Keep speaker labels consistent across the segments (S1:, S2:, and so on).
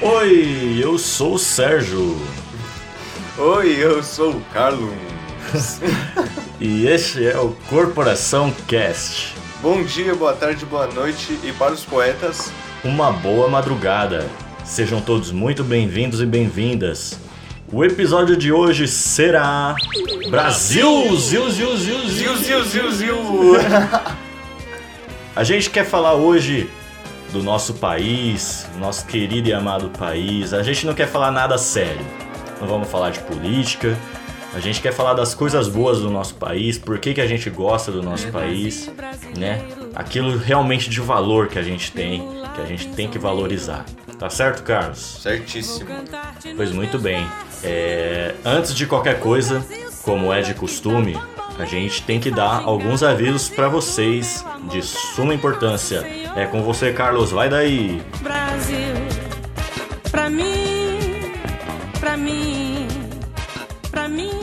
S1: Oi, eu sou o Sérgio.
S2: Oi, eu sou o Carlos.
S1: E este é o Corporação Cast.
S2: Bom dia, boa tarde, boa noite e para os poetas,
S1: Uma boa madrugada. Sejam todos muito bem-vindos e bem-vindas. O episódio de hoje será. Brasil! Ziu, ziu, ziu, ziu.
S2: ziu, ziu, ziu, ziu.
S1: A gente quer falar hoje do nosso país, nosso querido e amado país. A gente não quer falar nada sério. Não vamos falar de política. A gente quer falar das coisas boas do nosso país, por que, que a gente gosta do nosso país, né? Aquilo realmente de valor que a gente tem, que a gente tem que valorizar. Tá certo, Carlos?
S2: Certíssimo.
S1: Pois muito bem. É, antes de qualquer coisa, como é de costume, a gente tem que dar alguns avisos para vocês de suma importância. É com você, Carlos. Vai daí.
S3: Brasil, pra mim, pra mim, pra mim.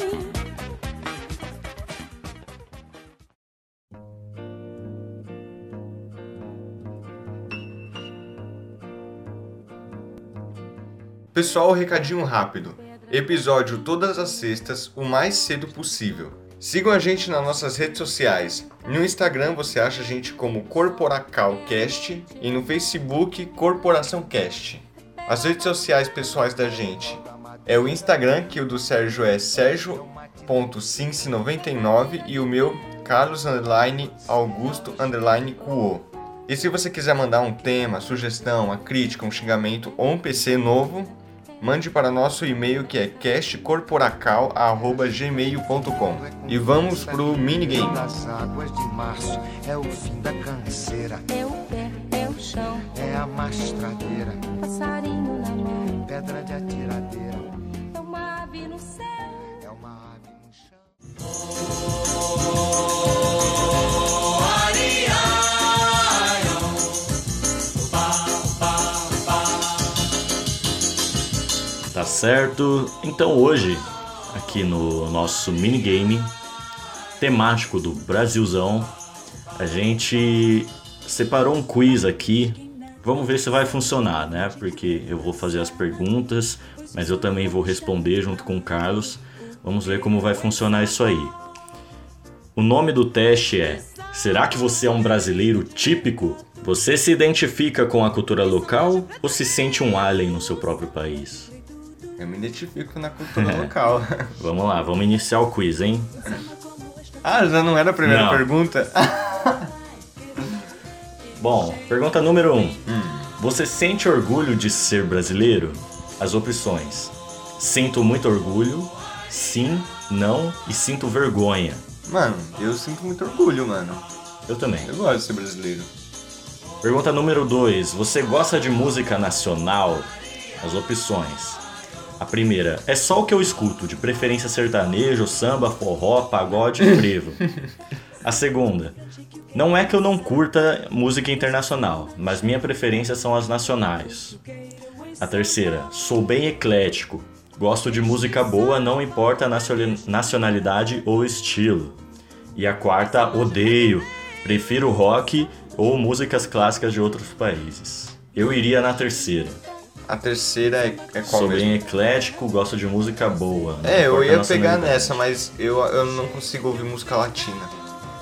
S2: Pessoal, recadinho rápido. Episódio todas as sextas, o mais cedo possível. Sigam a gente nas nossas redes sociais. No Instagram você acha a gente como CorporacalCast e no Facebook CorporaçãoCast. As redes sociais pessoais da gente é o Instagram, que o do Sérgio é sergio.cince99 e o meu, carlos underline augusto underline cuo. E se você quiser mandar um tema, sugestão, uma crítica, um xingamento ou um PC novo, mande para nosso e-mail que é castcorporacal@gmail.com. E vamos pro minigame.
S4: Das águas de março é o fim da canseira,
S5: É o pé, é o chão,
S4: é a mastradeira,
S5: passarinho na mão,
S4: pedra de atiradeira,
S5: é uma ave no céu.
S4: é uma ave no chão.
S1: Tá certo? Então hoje, aqui no nosso minigame temático do Brasilzão, a gente separou um quiz aqui. Vamos ver se vai funcionar, né? Porque eu vou fazer as perguntas, mas eu também vou responder junto com o Carlos. Vamos ver como vai funcionar isso aí. O nome do teste é: Será que você é um brasileiro típico? Você se identifica com a cultura local ou se sente um alien no seu próprio país?
S2: Eu me identifico na cultura local.
S1: Vamos lá, vamos iniciar o quiz, hein?
S2: Ah, já não era a primeira
S1: Não.
S2: pergunta?
S1: Bom, pergunta número 1. Um. Você sente orgulho de ser brasileiro? As opções: sinto muito orgulho, sim, não e sinto vergonha.
S2: Mano, eu sinto muito orgulho, mano.
S1: Eu também.
S2: Eu gosto de ser brasileiro.
S1: Pergunta número 2. Você gosta de música nacional? As opções. A primeira é só o que eu escuto, de preferência sertanejo, samba, forró, pagode e frevo. A segunda. Não é que eu não curta música internacional, mas minha preferência são as nacionais. A terceira. Sou bem eclético. Gosto de música boa, não importa a nacioli- nacionalidade ou estilo. E a quarta, odeio. Prefiro rock ou músicas clássicas de outros países. Eu iria na terceira.
S2: A terceira é, é qual
S1: Sou
S2: mesmo?
S1: bem eclético, gosto de música boa. não
S2: É, eu
S1: importa a
S2: ia pegar
S1: nacionalidade.
S2: nessa, mas eu, eu não consigo ouvir música latina.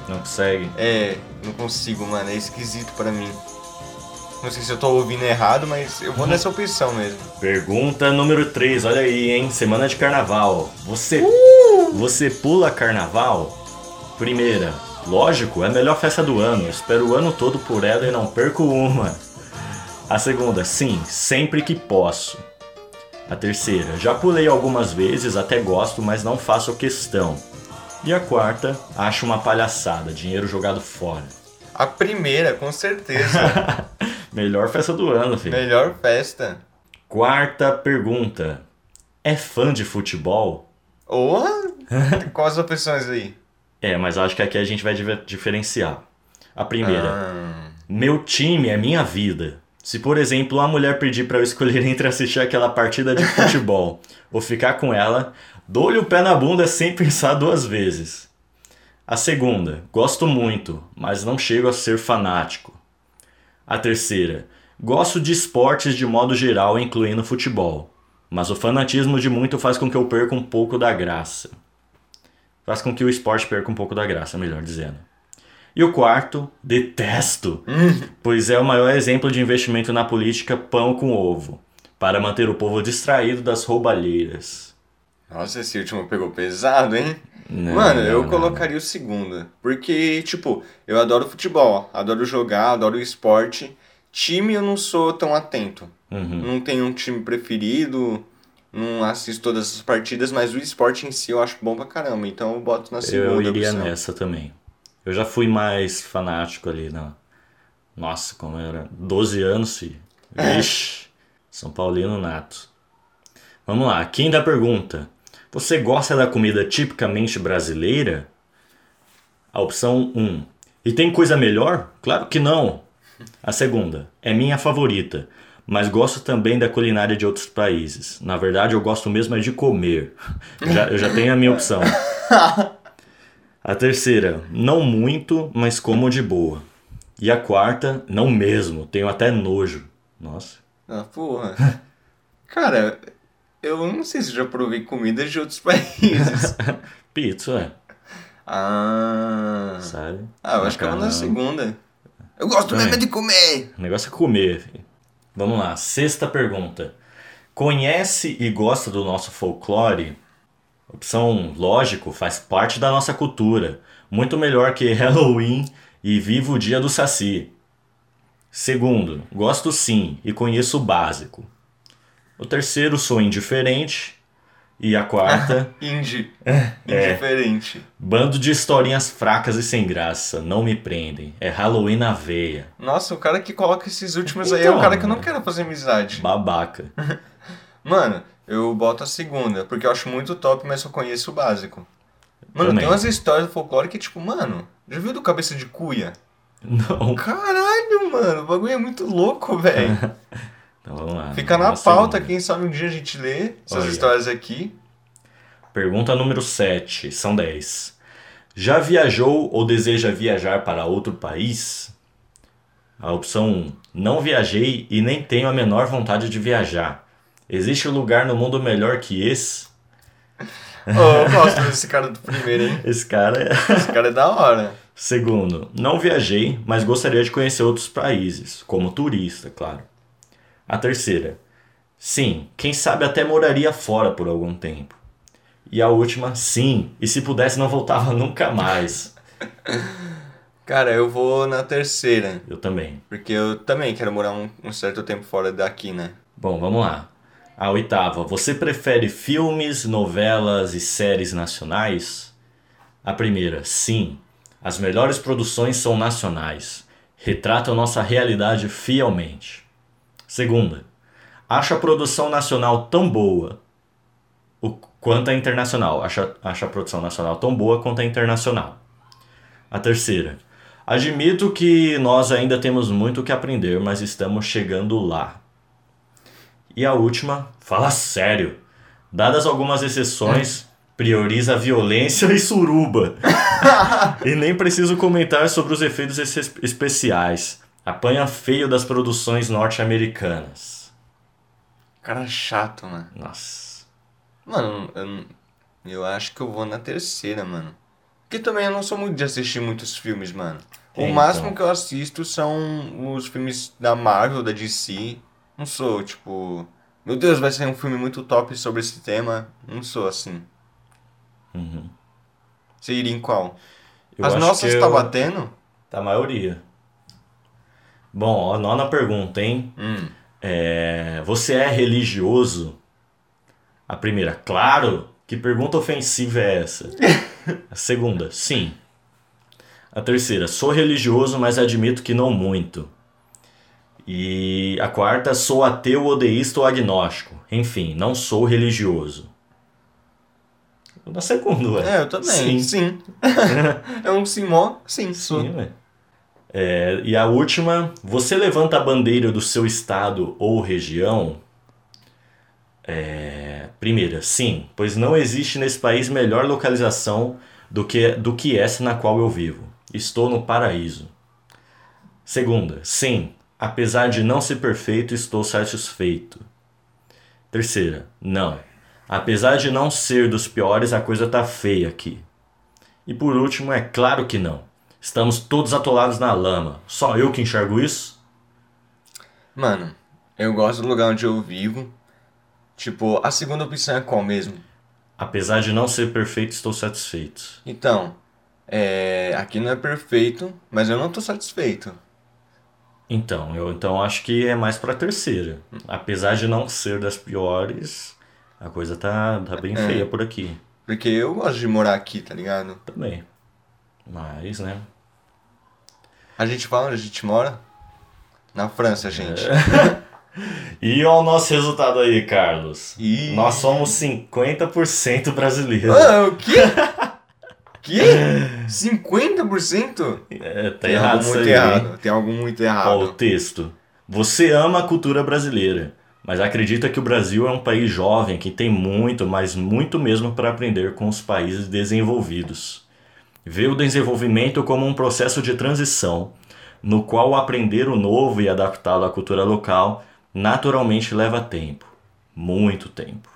S1: Não consegue.
S2: É, não consigo, mano. É esquisito pra mim. Não sei se eu tô ouvindo errado, mas eu vou nessa opção mesmo.
S1: Pergunta número 3, olha aí, hein? Semana de carnaval. Você. Você pula carnaval? Primeira, lógico, é a melhor festa do ano. Espero o ano todo por ela e não perco uma. A segunda, sim, sempre que posso. A terceira, já pulei algumas vezes, até gosto, mas não faço questão. E a quarta, acho uma palhaçada, dinheiro jogado fora.
S2: A primeira, com certeza.
S1: Melhor festa do ano, filho.
S2: Melhor festa.
S1: Quarta pergunta. É fã de futebol?
S2: Ou quais as opções aí?
S1: É, mas acho que aqui a gente vai diver- diferenciar. A primeira,
S2: Ah,
S1: meu time é minha vida. Se, por exemplo, uma mulher pedir pra eu escolher entre assistir aquela partida de futebol ou ficar com ela, dou-lhe o pé na bunda sem pensar duas vezes. A segunda, gosto muito, mas não chego a ser fanático. A terceira, Gosto de esportes de modo geral, incluindo futebol, mas o fanatismo de muito faz com que eu perca um pouco da graça. Faz com que o esporte perca um pouco da graça, melhor dizendo. E o quarto, detesto, pois é o maior exemplo de investimento na política pão com ovo, para manter o povo distraído das roubalheiras.
S2: Ah, Nossa, esse último pegou pesado, hein?
S1: Não,
S2: Mano,
S1: não,
S2: eu
S1: não.
S2: colocaria o segundo. Porque, tipo, eu adoro futebol, adoro jogar, adoro esporte. Time eu não sou tão atento.
S1: Uhum.
S2: Não tenho um time preferido, não assisto todas as partidas, mas o esporte em si eu acho bom pra caramba. Então eu boto na segunda.
S1: Eu iria
S2: opção.
S1: nessa também. Eu já fui mais fanático ali na. Nossa, como eu era 12 anos, filho. Vixe, São Paulino nato. Vamos lá, quinta pergunta. Você gosta da comida tipicamente brasileira? A opção 1. E tem coisa melhor? Claro que não. A segunda. É minha favorita, mas gosto também da culinária de outros países. Na verdade, eu gosto mesmo é de comer. Eu já- eu já tenho a minha opção. A terceira, não muito, mas como de boa. E a quarta, não mesmo, tenho até nojo. Nossa.
S2: Ah, porra. Cara, eu não sei se eu já provei comidas de outros países.
S1: Pizza,
S2: ah.
S1: é, sabe?
S2: Ah, eu acho que eu vou na
S1: Macarrão.
S2: segunda. Eu gosto
S1: Também.
S2: mesmo de comer!
S1: O negócio é comer. filho. Vamos lá, sexta pergunta. Conhece e gosta do nosso folclore? Opção um, lógico, faz parte da nossa cultura. Muito melhor que Halloween e Viva o Dia do Saci. Segundo, gosto sim e conheço o básico. O terceiro, sou indiferente. E a quarta,
S2: Indie.
S1: É.
S2: Indiferente.
S1: bando de historinhas fracas e sem graça. Não me prendem. É Halloween na veia.
S2: Nossa, o cara que coloca esses últimos aí é
S1: Então,
S2: o cara que eu não
S1: mano.
S2: quero fazer amizade.
S1: Babaca.
S2: Mano, eu boto a segunda, porque eu acho muito top, mas só conheço o básico. Mano,
S1: Também.
S2: tem umas histórias do folclore que, tipo, mano, já viu do cabeça de cuia?
S1: Não.
S2: Caralho, mano, o bagulho é muito louco, velho.
S1: Então vamos lá.
S2: Fica na
S1: Nossa,
S2: pauta,
S1: segunda.
S2: quem sabe um dia a gente lê essas
S1: Olha.
S2: histórias aqui.
S1: Pergunta número 7, são 10. Já viajou ou deseja viajar para outro país? A opção 1. Não viajei e nem tenho a menor vontade de viajar. Existe um lugar no mundo melhor que esse?
S2: Ô, eu gosto desse cara do primeiro, hein?
S1: Esse cara é.
S2: Esse cara é da hora.
S1: Segundo, não viajei, mas gostaria de conhecer outros países, como turista, claro. A terceira, sim, quem sabe até moraria fora por algum tempo. E a última, sim, e se pudesse não voltava nunca mais.
S2: Cara, eu vou na terceira,
S1: Eu também.
S2: porque eu também quero morar um, um certo tempo fora daqui, né?
S1: Bom, vamos lá. A oitava, você prefere filmes, novelas e séries nacionais? A primeira, sim. As melhores produções são nacionais. Retratam nossa realidade fielmente. Segunda, acho a produção nacional tão boa o quanto a internacional. Acha, acha a produção nacional tão boa quanto a internacional. A terceira, admito que nós ainda temos muito o que aprender, mas estamos chegando lá. E a última, fala sério. Dadas algumas exceções, prioriza violência e suruba. e nem preciso comentar sobre os efeitos es- especiais. Apanha feio das produções norte-americanas.
S2: Cara chato, mano.
S1: Nossa.
S2: Mano, eu, não- eu acho que eu vou na terceira, mano. Porque também eu não sou muito de assistir muitos filmes, mano. O
S1: É, então.
S2: máximo que eu assisto são os filmes da Marvel, da DC. Não sou, tipo. Meu Deus, vai ser um filme muito top sobre esse tema. Não sou assim.
S1: Uhum.
S2: Você iria em qual?
S1: Eu
S2: As
S1: acho
S2: nossas
S1: que
S2: tá
S1: eu-
S2: batendo?
S1: Tá a maioria. Bom, ó, nona pergunta, hein?
S2: Hum.
S1: É, você é religioso? A primeira, claro. Que pergunta ofensiva é essa? A segunda, sim. A terceira, sou religioso, mas admito que não muito. E a quarta, sou ateu, odeísta ou agnóstico. Enfim, não sou religioso. Na segunda, ué.
S2: É, eu também.
S1: Sim.
S2: Sim. é um simó? Sim, sou.
S1: Sim, ué. É, e a última, você levanta a bandeira do seu estado ou região? É, primeira, sim, pois não existe nesse país melhor localização do que, do que essa na qual eu vivo. Estou no paraíso. Segunda, sim, Apesar de não ser perfeito, estou satisfeito. Terceira, não. Apesar de não ser dos piores, a coisa tá feia aqui. E por último, é claro que não. Estamos todos atolados na lama. Só eu que enxergo isso?
S2: Mano, eu gosto do lugar onde eu vivo. Tipo, a segunda opção é qual mesmo?
S1: Apesar de não ser perfeito, estou satisfeito.
S2: Então, é, aqui não é perfeito, mas eu não tô satisfeito.
S1: Então, eu então acho que é mais pra terceira. Apesar de não ser das piores, a coisa tá, tá bem
S2: É.
S1: feia por aqui
S2: Porque eu gosto de morar aqui, tá ligado?
S1: também. Mas, né?
S2: A gente fala onde a gente mora? Na França, gente.
S1: É. E olha o nosso resultado aí, Carlos.
S2: Ih.
S1: Nós somos 50% brasileiros.
S2: Ah, o quê? Que? 50%?
S1: É, tá
S2: Tem
S1: errado
S2: algo
S1: isso
S2: muito
S1: aí. hein?
S2: errado. Tem algo muito
S1: Ó, o
S2: errado.
S1: texto. Você ama a cultura brasileira, mas acredita que o Brasil é um país jovem que tem muito, mas muito mesmo para aprender com os países desenvolvidos. Vê o desenvolvimento como um processo de transição, no qual aprender o novo e adaptá-lo à cultura local naturalmente leva tempo. Muito tempo.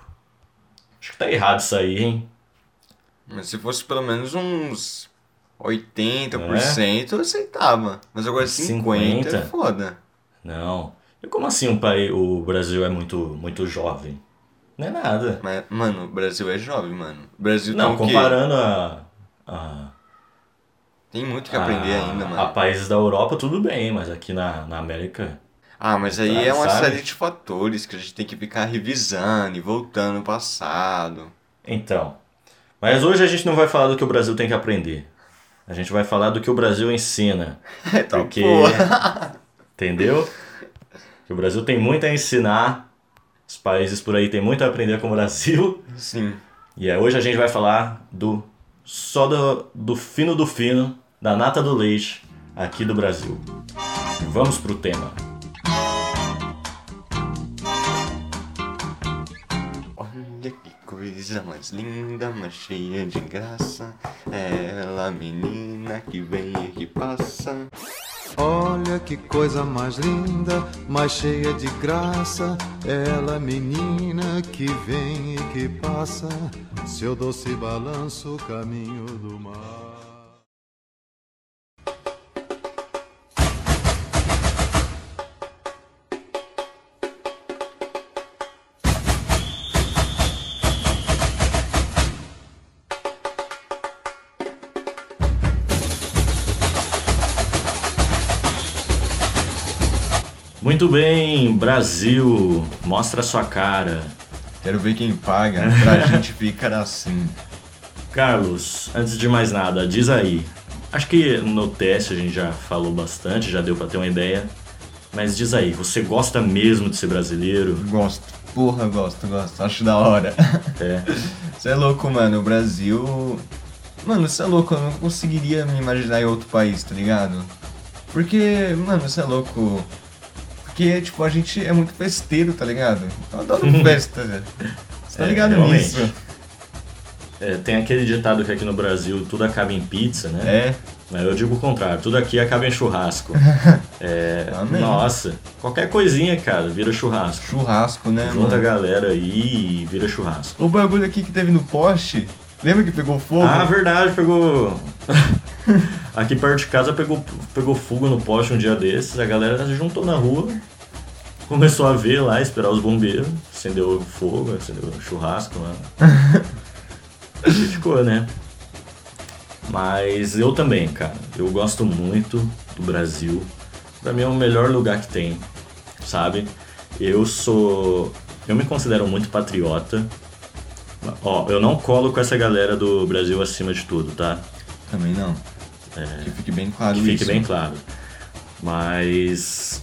S1: Acho que tá errado isso aí, hein?
S2: Mas se fosse pelo menos uns 80%, eu aceitava. Mas agora 50%
S1: 50?
S2: é foda.
S1: Não. E como assim um país, o Brasil é muito, muito jovem? Não é nada.
S2: Mas, mano, o Brasil é jovem, mano. O Brasil
S1: Não,
S2: tem o quê?
S1: comparando a, a,
S2: Tem muito que aprender
S1: a-
S2: ainda, mano.
S1: a países da Europa, tudo bem, mas aqui na, na América.
S2: Ah, mas aí é uma
S1: Sabe?
S2: série de fatores que a gente tem que ficar revisando e voltando no passado.
S1: Então. Mas hoje a gente não vai falar do que o Brasil tem que aprender. A gente vai falar do que o Brasil ensina.
S2: É, tá
S1: Porque.
S2: porra.
S1: Entendeu? Que o Brasil tem muito a ensinar. Os países por aí têm muito a aprender com o Brasil.
S2: Sim.
S1: E aí hoje a gente vai falar do. Só do, do fino do fino, da nata do leite, aqui do Brasil. Vamos pro tema.
S2: Olha que coisa mais linda, mais cheia de graça. É ela, menina, que vem e que passa.
S4: Olha que coisa mais linda, mais cheia de graça. Ela, menina, que vem e que passa. Seu doce balanço, caminho do mar.
S1: Muito bem, Brasil, mostra sua cara.
S2: Quero ver quem paga né? pra gente ficar assim.
S1: Carlos, antes de mais nada, diz aí. Acho que no teste a gente já falou bastante, já deu pra ter uma ideia. Mas diz aí, você gosta mesmo de ser brasileiro?
S2: Gosto. Porra, gosto, gosto. Acho da hora.
S1: É.
S2: Você é louco, mano. O Brasil. Mano, você é louco. Eu não conseguiria me imaginar em outro país, tá ligado? Porque, mano, você é louco. Porque, tipo, a gente é muito festeiro, tá ligado? Eu adoro festa, velho. Você tá
S1: Uhum. É,
S2: ligado
S1: realmente.
S2: nisso?
S1: É, tem aquele ditado que aqui no Brasil tudo acaba em pizza, né?
S2: É.
S1: Mas Eu digo o contrário, tudo aqui acaba em churrasco. É,
S2: Amém.
S1: nossa, qualquer coisinha, cara, vira churrasco.
S2: Churrasco, né,
S1: Junta a
S2: mano?
S1: galera aí e vira churrasco.
S2: O bagulho aqui que teve no poste. Lembra que pegou fogo?
S1: Ah, verdade, pegou. Aqui perto de casa pegou, pegou fogo no poste um dia desses, a galera se juntou na rua, começou a ver lá, esperar os bombeiros, acendeu o fogo, acendeu o churrasco lá. Ficou, né? Mas eu também, cara. Eu gosto muito do Brasil. Pra mim é o melhor lugar que tem, sabe? Eu sou. Eu me considero muito patriota. Ó, eu não colo com essa galera do Brasil acima de tudo, tá?
S2: Também não. Que fique bem claro
S1: É. Que fique
S2: isso.
S1: bem claro. Mas,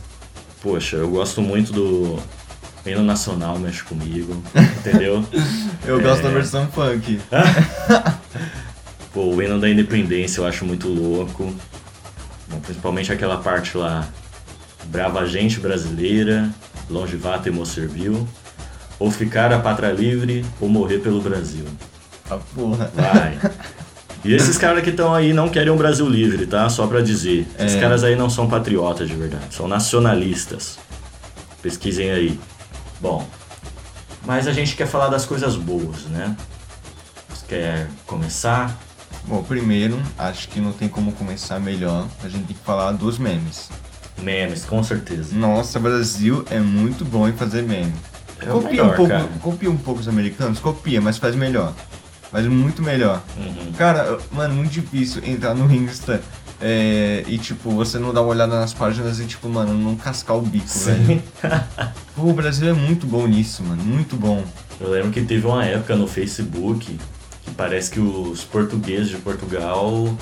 S1: poxa, eu gosto muito do hino nacional mexe comigo, entendeu?
S2: Eu gosto
S1: É.
S2: da versão funk.
S1: Ah. Pô, o hino da independência eu acho muito louco. Bom, principalmente aquela parte lá, brava gente brasileira, longe vá temor servil, ou ficar a pátria livre ou morrer pelo Brasil.
S2: A porra.
S1: Vai. E esses caras que estão aí não querem um Brasil livre, tá? Só pra dizer. Esses caras aí não são patriotas de verdade, são nacionalistas. Pesquisem aí. Bom, mas a gente quer falar das coisas boas, né? Você Quer começar?
S2: Bom, primeiro, acho que não tem como começar melhor. A gente tem que falar dos memes.
S1: Memes, com certeza.
S2: Nossa, Brasil é muito bom em fazer meme.
S1: É o
S2: copia
S1: melhor,
S2: um pouco,
S1: cara.
S2: copia um pouco os americanos, copia, mas faz melhor. Faz muito melhor.
S1: Uhum.
S2: Cara, mano, é muito difícil entrar no Insta é, e tipo, você não dar uma olhada nas páginas e tipo, mano, não cascar o bico,
S1: Né?
S2: velho. Pô, o Brasil é muito bom nisso, mano. Muito bom.
S1: Eu lembro que teve uma época no Facebook que parece que os portugueses de Portugal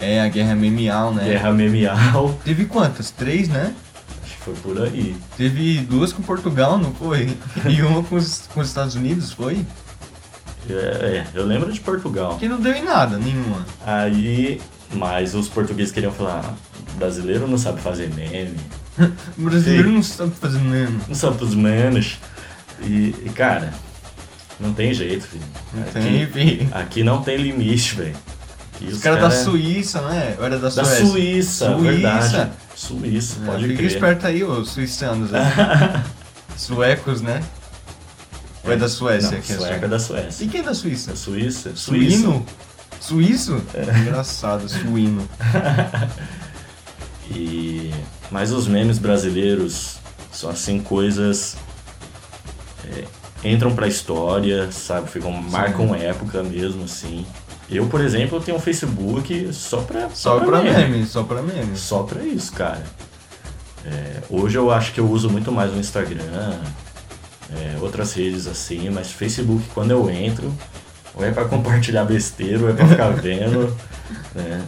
S2: É a guerra memeal, né?
S1: guerra memeal,
S2: Teve quantas? Três, né?
S1: acho que foi por aí.
S2: Teve duas com Portugal, não foi? E uma com os, com os Estados Unidos, foi?
S1: É, é, eu lembro de Portugal.
S2: Que não deu em nada, nenhuma.
S1: Aí, mas os portugueses queriam falar, "Ah, brasileiro não sabe fazer meme,
S2: O brasileiro não sabe fazer meme.
S1: não sabe pros menos. E, e, cara, não tem jeito, filho.
S2: Não tem,
S1: aqui,
S2: enfim.
S1: aqui não tem limite, velho. Aqui
S2: Os caras da
S1: cara-
S2: Suíça, né? Ou era da
S1: Da
S2: Suécia?
S1: Suíça, é
S2: Suíça.
S1: verdade. Suíça,
S2: É,
S1: pode
S2: Fica
S1: crer.
S2: esperto aí, os suíçanos. Né? Suecos, né? Ou é da Suécia?
S1: Não,
S2: que é
S1: sueca é da Suécia.
S2: E quem é da Suíça?
S1: Suíça? Suíça.
S2: Suíno? Suíço? Engraçado, suíno.
S1: E... Mas os memes brasileiros são assim coisas. é, entram pra história, sabe? Ficam, marcam época mesmo, assim. Eu, por exemplo, tenho um Facebook só pra.
S2: Só pra meme, só pra meme.
S1: Só pra isso, cara. É, hoje eu acho que eu uso muito mais o Instagram, é, outras redes assim, mas Facebook quando eu entro, ou é pra compartilhar besteira, ou é pra ficar vendo. né?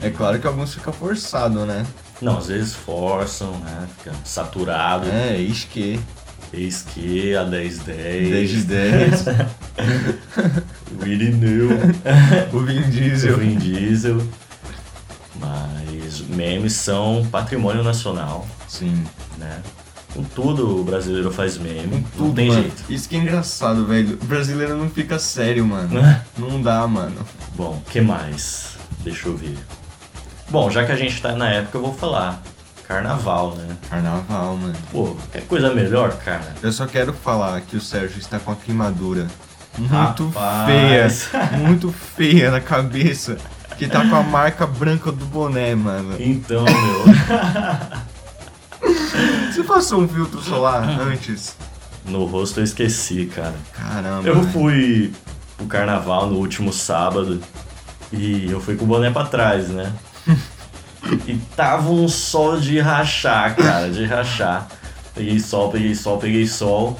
S2: É claro que alguns ficam forçados, né?
S1: Não, às vezes forçam, né? Fica saturado.
S2: É, ixi que.
S1: Eis que a 1010.
S2: 10 de 10.
S1: O Irineu.
S2: o Vin
S1: o
S2: Diesel.
S1: Vin Diesel. Mas memes são patrimônio nacional,
S2: Sim.
S1: né? Com tudo o brasileiro faz meme.
S2: Tudo,
S1: não tem
S2: mano.
S1: jeito.
S2: Isso que é engraçado, velho. O brasileiro não fica sério, mano.
S1: Né?
S2: não dá, mano.
S1: Bom, que mais? Deixa eu ver. Bom, já que a gente tá na época, eu vou falar. Carnaval, né?
S2: Carnaval, mano.
S1: Pô, é coisa melhor, cara.
S2: Eu só quero falar que o Sérgio está com a queimadura muito
S1: Rapaz.
S2: feia, muito feia na cabeça, que tá com a marca branca do boné, mano.
S1: Então, meu,
S2: Você passou um filtro solar antes?
S1: no rosto eu esqueci, cara.
S2: Caramba.
S1: Eu
S2: velho.
S1: fui pro carnaval no último sábado e eu fui com o boné pra trás, né? E tava um sol de rachar, cara, de rachar. Peguei sol, peguei sol, peguei sol.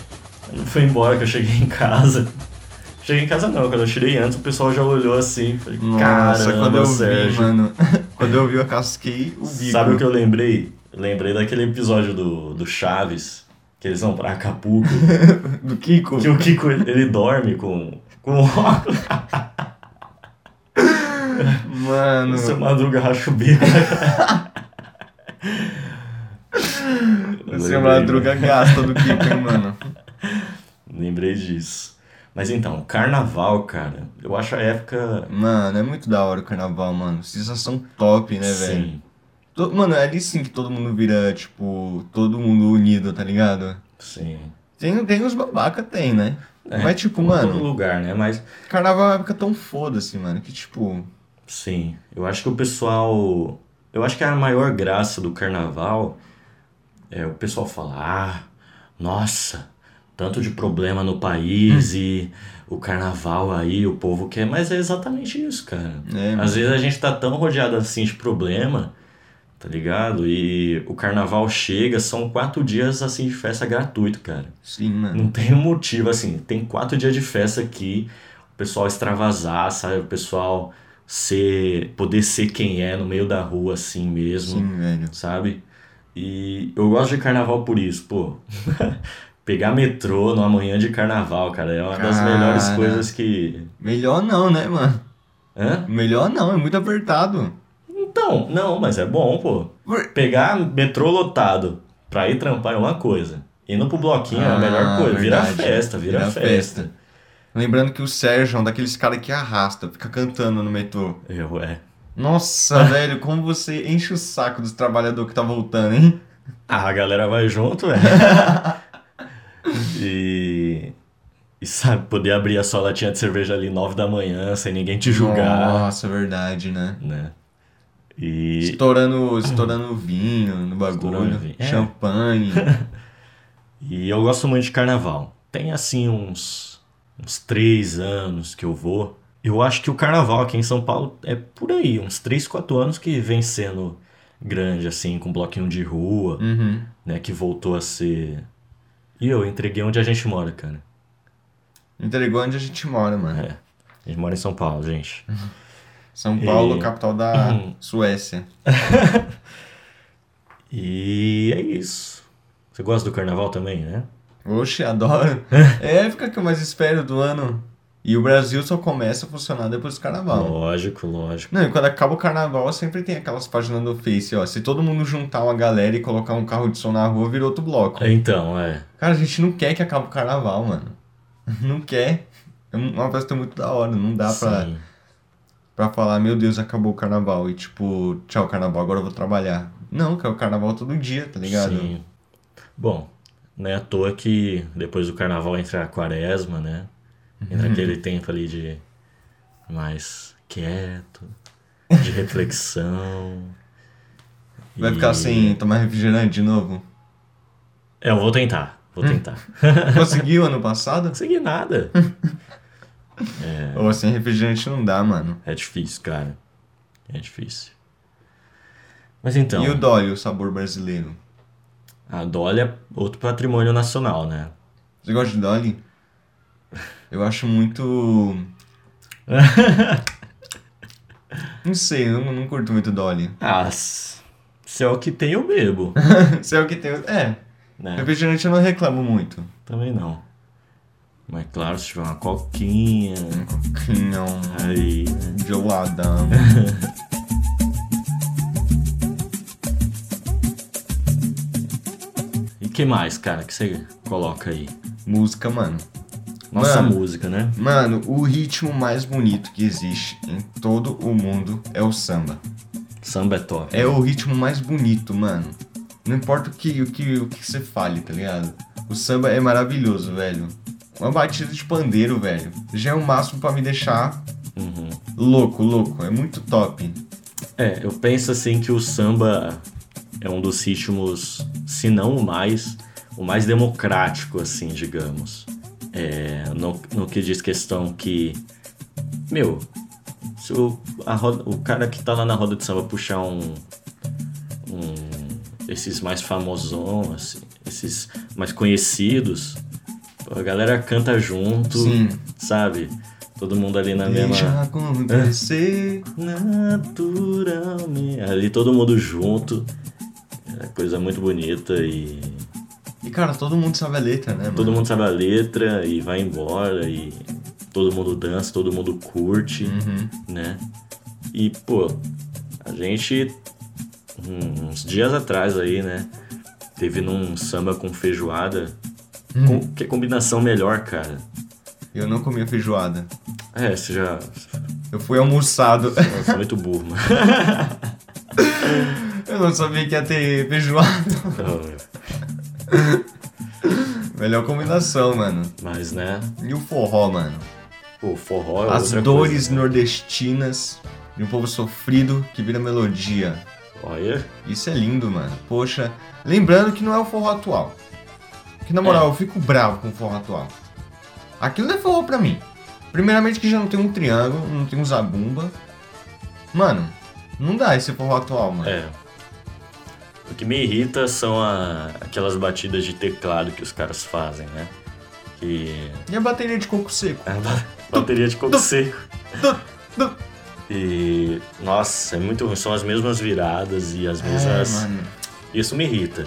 S1: Não foi embora que eu cheguei em casa. Cheguei em casa não, quando eu tirei antes, o pessoal já olhou assim. Falei,
S2: Nossa,
S1: caramba,
S2: quando eu vi,
S1: Sérgio.
S2: mano. Quando eu vi, eu casquei o bico.
S1: Sabe o que eu lembrei? Eu Lembrei daquele episódio do, do Chaves, que eles vão pra Acapulco.
S2: Do Kiko.
S1: Que o Kiko ele ele dorme com, com óculos.
S2: Mano.
S1: O seu Madruga racha o bico.
S2: O seu madruga gasta do Kiko, hein, mano.
S1: né? Lembrei disso. Mas então, carnaval, cara, eu acho a época.
S2: Mano, é muito da hora o carnaval, mano. Sensação top, né, velho?
S1: sim,
S2: To- Mano, é ali sim que todo mundo vira, tipo, todo mundo unido, tá ligado?
S1: sim.
S2: Tem, tem os babaca, tem, né?
S1: É,
S2: Mas, tipo,
S1: em todo
S2: mano,
S1: lugar, né? Mas,
S2: carnaval é uma época tão foda-se, mano, que, tipo,
S1: sim, eu acho que o pessoal. Eu acho que a maior graça do carnaval é o pessoal falar: ah, nossa, tanto de problema no país
S2: Hum.
S1: e o carnaval aí, o povo quer. Mas é exatamente isso, cara.
S2: né?
S1: Às vezes a gente tá tão rodeado assim de problema, tá ligado? E o carnaval chega, são quatro dias assim de festa gratuito, cara.
S2: Sim, mano.
S1: Não tem um motivo, assim, tem quatro dias de festa aqui, o pessoal extravasar, sabe? O pessoal ser, poder ser quem é no meio da rua assim mesmo,
S2: Sim, velho.
S1: sabe? E eu gosto de carnaval por isso, pô. Pegar metrô numa manhã de carnaval, cara, é uma das
S2: Cara.
S1: melhores coisas que.
S2: Melhor não, né, mano?
S1: Hã?
S2: Melhor não, é muito apertado.
S1: Então, não, mas é bom, pô.
S2: Por-
S1: Pegar metrô lotado pra ir trampar é uma coisa. Indo pro bloquinho é a melhor
S2: Ah,
S1: coisa. Vira
S2: verdade.
S1: festa, vira,
S2: Vira
S1: festa.
S2: festa. Lembrando que o Sérgio é um daqueles caras que arrasta, fica cantando no metrô.
S1: Eu, é.
S2: Nossa, velho, como você enche o saco dos trabalhadores que tá voltando, hein?
S1: Ah, a galera vai junto, velho. e. E sabe, poder abrir a sua latinha de cerveja ali 9 da manhã, sem ninguém te julgar,
S2: Nossa, verdade, né?
S1: né? E.
S2: Estourando, estourando vinho no bagulho,
S1: Estourando vinho. É.
S2: champanhe.
S1: E eu gosto muito de carnaval. Tem assim uns, uns três anos que eu vou. Eu acho que o carnaval aqui em São Paulo é por aí, uns três, quatro anos que vem sendo grande, assim, com bloquinho de rua,
S2: Uhum.
S1: né? Que voltou a ser. E eu entreguei onde a gente mora, cara.
S2: Entregou onde a gente mora, mano.
S1: É. A gente mora em São Paulo, gente.
S2: São Paulo,
S1: E-
S2: capital da Suécia.
S1: E é isso. Você gosta do carnaval também, né?
S2: Oxe, adoro. É a época que eu mais espero do ano. E o Brasil só começa a funcionar depois do carnaval.
S1: Lógico, lógico.
S2: Não, e quando acaba o carnaval, sempre tem aquelas páginas no Face, ó. Se todo mundo juntar uma galera e colocar um carro de som na rua, vira outro bloco.
S1: Então, é.
S2: Cara, a gente não quer que acabe o carnaval, mano. Não quer. É uma festa muito da hora. Não dá pra,
S1: Sim.
S2: pra falar, meu Deus, acabou o carnaval. E tipo, tchau, carnaval, agora eu vou trabalhar. Não, cara, o carnaval todo dia, tá ligado?
S1: Sim. Bom, não é à toa que depois do carnaval entra a quaresma, né?
S2: Uhum.
S1: Entra aquele tempo ali de mais quieto, de reflexão.
S2: Vai ficar assim. sem tomar refrigerante de novo?
S1: É, eu vou tentar,
S2: Hum.
S1: vou tentar.
S2: Conseguiu ano passado?
S1: Não consegui nada.
S2: Ou sem refrigerante não dá, mano.
S1: É difícil, cara. É difícil. Mas então,
S2: E o Dolly, o sabor brasileiro?
S1: a Dolly é outro patrimônio nacional, né?
S2: Você gosta de Dolly? Eu acho muito. não sei, eu não, não curto muito Dolly.
S1: Ah, s- se é o que tem, eu bebo.
S2: Sei o que tem. É,
S1: Né?
S2: refrigerante eu não reclamo muito.
S1: Também não. Mas claro, se tiver uma coquinha
S2: Não,
S1: aí, né?
S2: gelada.
S1: E que mais, cara, que você coloca aí?
S2: Música, mano.
S1: Nossa
S2: Mano.
S1: música, né?
S2: Mano, o ritmo mais bonito que existe em todo o mundo é o samba.
S1: Samba é top.
S2: É o ritmo mais bonito, mano. Não importa o que, o que, o que você fale, tá ligado? O samba é maravilhoso, velho. Uma batida de pandeiro, velho. Já é o máximo pra me deixar
S1: Uhum.
S2: louco, louco. É muito top.
S1: É, eu penso assim que o samba é um dos ritmos, se não o mais, o mais democrático, assim, digamos. É, no, no que diz questão que, meu, se o, a roda- o cara que tá lá na roda de samba puxar um, um esses mais famosões, esses mais conhecidos, a galera canta junto,
S2: Sim.
S1: sabe? Todo mundo ali na mesma
S2: Deixa acontecer.
S1: naturalmente. Ali todo mundo junto. É coisa muito bonita e
S2: E, cara, todo mundo sabe a letra, né, mano?
S1: todo mundo sabe a letra e vai embora e todo mundo dança, todo mundo curte,
S2: Uhum.
S1: né? E pô, a gente hum, uns dias atrás aí, né, teve num samba com feijoada. Com-
S2: Uhum.
S1: que combinação melhor, cara?
S2: Eu não comia feijoada.
S1: É, você já
S2: Eu fui almoçado.
S1: você é muito burro, mano.
S2: Eu não sabia que ia ter feijoada. Melhor combinação, mano.
S1: Mas, né,
S2: E o forró, mano?
S1: o forró é
S2: As
S1: outra
S2: dores nordestinas de um povo sofrido que vira melodia.
S1: coisa. Olha,
S2: Isso é lindo, mano. Poxa, lembrando que não é o forró atual. Que na
S1: É.
S2: moral, eu fico bravo com o forró atual. Aquilo não é forró pra mim. Primeiramente que já não tem um triângulo, não tem um zabumba. Mano, não dá esse forró atual, mano.
S1: É. O que me irrita são a- aquelas batidas de teclado que os caras fazem, né? Que.
S2: E a bateria de coco seco?
S1: é a ba- bateria de coco seco. E. Nossa, é muito ruim. São as mesmas viradas e as mesmas.
S2: É, mano.
S1: Isso me irrita.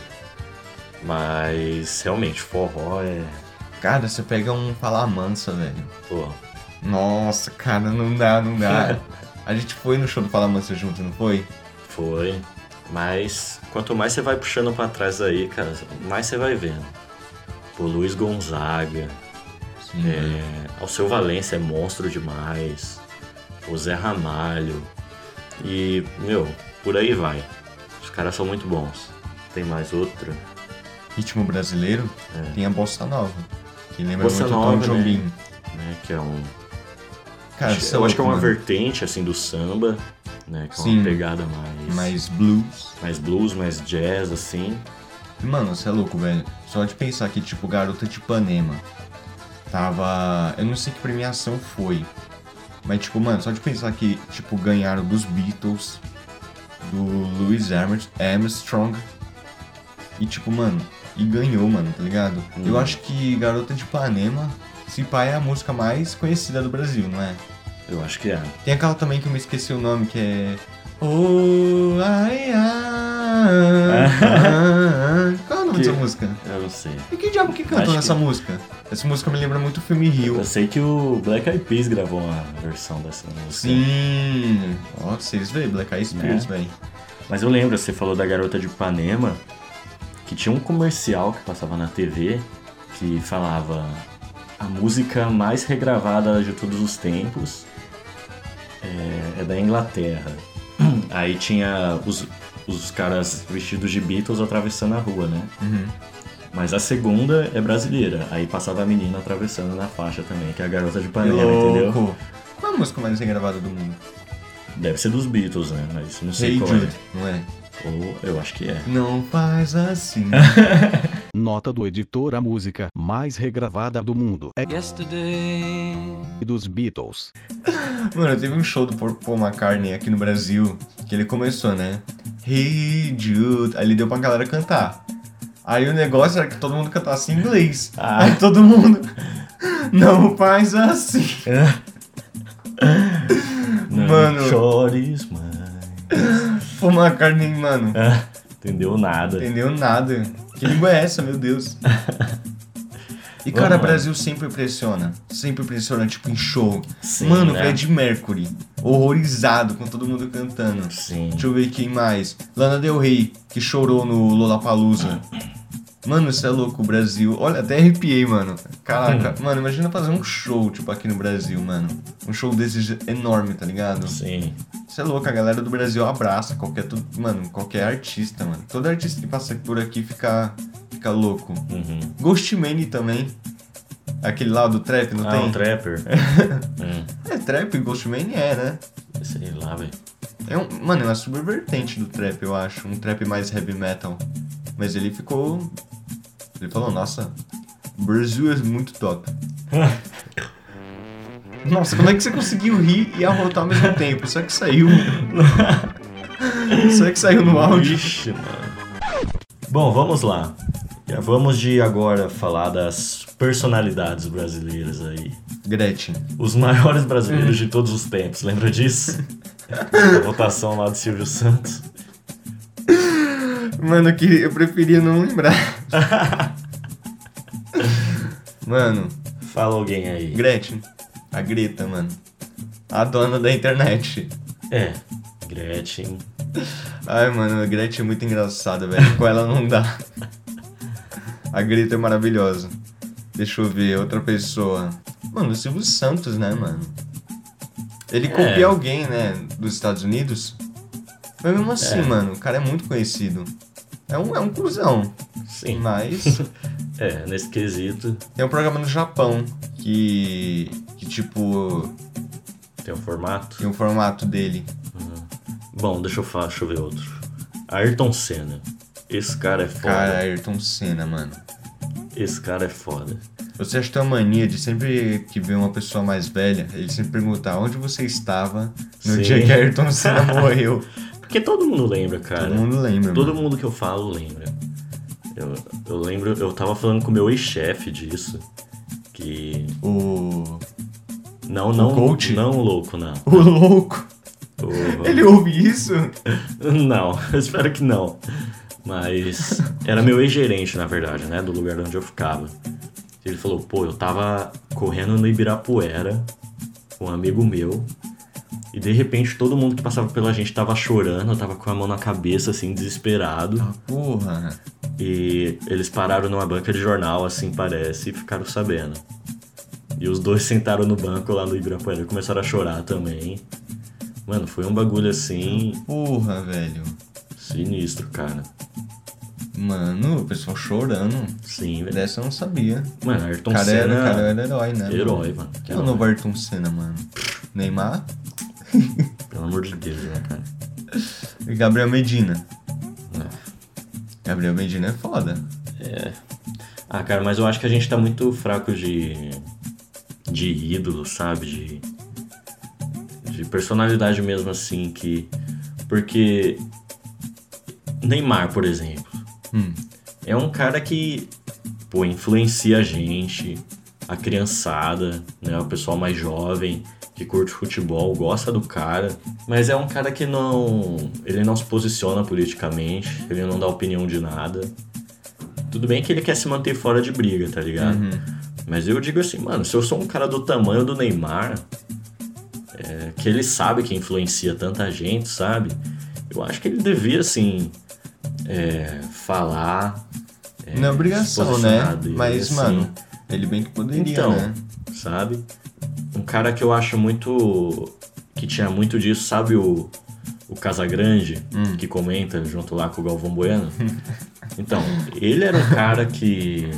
S1: Mas realmente, forró é.
S2: Cara, você pega um Falamansa, velho.
S1: Pô,
S2: Nossa, cara, não dá, não
S1: É.
S2: dá. a gente foi no show do Falamansa junto, não foi?
S1: foi. Mas quanto mais você vai puxando pra trás aí, cara, mais você vai vendo. Pô, Luiz Gonzaga.
S2: demais.
S1: É, Alceu Valença é monstro demais. O Zé Ramalho. E, meu, por aí vai. Os caras são muito bons. Tem mais outra?
S2: Ritmo brasileiro tem a bossa nova, que lembra
S1: É. Bossa
S2: muito
S1: nova,
S2: Tom Jobim.
S1: né? Né, que é um.
S2: Cara,
S1: acho-
S2: isso
S1: eu acho que é uma
S2: louco, né?
S1: vertente, assim, do samba, né? Que é
S2: Sim.
S1: uma pegada mais.
S2: Mas blues.
S1: mais blues, mais jazz, assim.
S2: Mano, você é louco, velho. Só de pensar que, tipo, Garota de Ipanema tava. Eu não sei que premiação foi. Mas, tipo, mano, só de pensar que, tipo, ganharam dos Beatles, do Louis Armst- Armstrong. E, tipo, mano, e ganhou, mano, tá ligado? Eu acho que Garota de Ipanema, se pá, é a música mais conhecida do Brasil, não é?
S1: Eu acho que é.
S2: Tem aquela também que eu me esqueci o nome, que é. Oh, ai, ai, ai. Qual é o nome
S1: Que-
S2: dessa música?
S1: Eu não sei.
S2: E que diabo que cantou
S1: Acho
S2: nessa
S1: que-
S2: música? Essa música me lembra muito o filme Rio.
S1: Eu sei que o Black Eyed Peas gravou uma versão dessa música. é
S2: Sim. Ó, pra vocês verem, Black Eyed Peas,
S1: Né?
S2: velho.
S1: Mas eu lembro, você falou da garota de Ipanema, que tinha um comercial que passava na TV que falava a música mais regravada de todos os tempos é, é da Inglaterra. Aí tinha os, os caras vestidos de Beatles atravessando a rua, né? Mas a segunda é brasileira. Aí passava a menina atravessando na faixa também, que é a garota de Ipanema, entendeu?
S2: Louco. Qual é a música mais regravada do mundo?
S1: Deve ser dos Beatles, né? Mas não sei
S2: Hey
S1: qual
S2: Jude,
S1: é.
S2: não é?
S1: Ou eu acho que é.
S2: Não faz assim.
S6: Nota do editor a música mais regravada do mundo é
S7: Yesterday,
S6: dos Beatles.
S2: Mano, teve um show do Paul- Paul McCartney aqui no Brasil que ele começou, né? Hey Jude. Aí ele deu pra galera cantar. Aí o negócio era que todo mundo cantasse em inglês.
S1: Ah.
S2: Aí todo mundo. Não faz assim.
S1: Não
S2: Mano.
S1: chores mais.
S2: Paul McCartney, mano.
S1: Entendeu nada.
S2: Entendeu nada. Que língua é essa, meu Deus? E cara,
S1: Vamos lá.
S2: Brasil sempre impressiona. Sempre impressiona, tipo, em show.
S1: Sim,
S2: Mano,
S1: né?
S2: Fred Mercury. Horrorizado com todo mundo cantando.
S1: Sim.
S2: Deixa eu ver quem mais. Lana Del Rey, que chorou no Lollapalooza. Mano, isso é louco, o Brasil. Olha, até arrepiei, mano. Caraca.
S1: Hum.
S2: Mano, imagina fazer um show, tipo, aqui no Brasil, mano. Um show desses enorme, tá ligado?
S1: Sim.
S2: Você é louco, a galera do Brasil abraça qualquer, tu- mano, qualquer artista, mano. Todo artista que passa por aqui fica, fica louco.
S1: Uhum.
S2: Ghostmane também. Aquele lá do trap, não
S1: Ah,
S2: tem?
S1: um trapper.
S2: É trap, Ghostmane é, né?
S1: Sei lá, velho.
S2: É um, mano, é uma subvertente do trap, eu acho. Um trap mais heavy metal. Mas ele ficou... Ele falou, nossa, o Brasil é muito top. nossa, como é que você conseguiu rir e arrotar ao mesmo tempo? Só que saiu... Só que saiu no áudio.
S1: Ixi, mano. Bom, vamos lá. Já Vamos de agora falar das personalidades brasileiras aí.
S2: Gretchen.
S1: Os maiores brasileiros de todos os tempos, lembra disso? A votação lá do Silvio Santos.
S2: Mano, eu, queria, eu preferia não lembrar. mano,
S1: Fala alguém aí.
S2: Gretchen. A Greta, mano. A dona da internet.
S1: É. Gretchen.
S2: Ai, mano, a Gretchen é muito engraçada, velho. Com ela não dá. A Greta é maravilhosa. Deixa eu ver, outra pessoa. Mano, o Silvio Santos, né, mano? Ele copia alguém, né, dos Estados Unidos. Mas mesmo assim, mano, o cara é muito conhecido. É um, é um cruzão.
S1: Sim.
S2: Mas
S1: É, nesse quesito
S2: Tem um programa no Japão que. que tipo.
S1: tem um formato.
S2: tem o formato dele.
S1: Bom, deixa eu, falar, deixa eu ver outro. Ayrton Senna. Esse cara é foda.
S2: Cara, Ayrton Senna, mano.
S1: Esse cara é foda.
S2: Você acha que tem uma mania de sempre que vê uma pessoa mais velha, ele sempre perguntar onde você estava no
S1: Sim.
S2: dia que Ayrton Senna morreu.
S1: Porque todo mundo lembra, cara.
S2: Todo mundo lembra,
S1: Todo
S2: mano.
S1: mundo que eu falo lembra. Eu, eu lembro, eu tava falando com o meu ex-chefe disso. Que.
S2: O.
S1: Não, não.
S2: coach?
S1: Não, louco, não.
S2: O louco!
S1: O-
S2: Ele ouve isso?
S1: Não, eu espero que não. Mas era meu ex-gerente, na verdade, né? Do lugar onde eu ficava. Ele falou, pô, eu tava correndo no Ibirapuera com um amigo meu. E de repente todo mundo que passava pela gente tava chorando, eu tava com a mão na cabeça, assim, desesperado.
S2: Porra!
S1: E eles pararam numa banca de jornal, assim parece, e ficaram sabendo. E os dois sentaram no banco lá no Ibirapuera e começaram a chorar também. Mano, foi um bagulho assim,
S2: Porra, velho.
S1: sinistro, cara.
S2: Mano, o pessoal chorando.
S1: Sim, velho.
S2: Dessa eu não sabia.
S1: Mano, Ayrton
S2: O cara,
S1: Senna.
S2: era, o cara era herói, né?
S1: Herói, mano.
S2: Quem é o novo Ayrton Senna, mano? Neymar?
S1: Pelo amor de Deus, né, cara?
S2: E Gabriel Medina.
S1: Não.
S2: Gabriel Medina é foda.
S1: Ah, cara, mas eu acho que a gente tá muito fraco de. de ídolo, sabe? De. de personalidade mesmo assim, que. Porque. Neymar, por exemplo.
S2: Hum.
S1: É um cara que. pô, influencia a gente, a criançada, né? O pessoal mais jovem. Que curte futebol, gosta do cara, mas é um cara que não. Ele não se posiciona politicamente, ele não dá opinião de nada. Tudo bem que ele quer se manter fora de briga, tá ligado? Mas eu digo assim, mano, se eu sou um cara do tamanho do Neymar, é, que ele sabe que influencia tanta gente, sabe? Eu acho que ele devia, assim, é, falar. é,
S2: Não é
S1: se
S2: obrigação, né?
S1: posicionar dele,
S2: Mas,
S1: assim,
S2: mano, ele bem que poderia,
S1: Então,
S2: né?
S1: sabe? Um cara que eu acho muito. que tinha muito disso, sabe o. O Casagrande, que comenta junto lá com o Galvão Bueno. Então, ele era um cara que.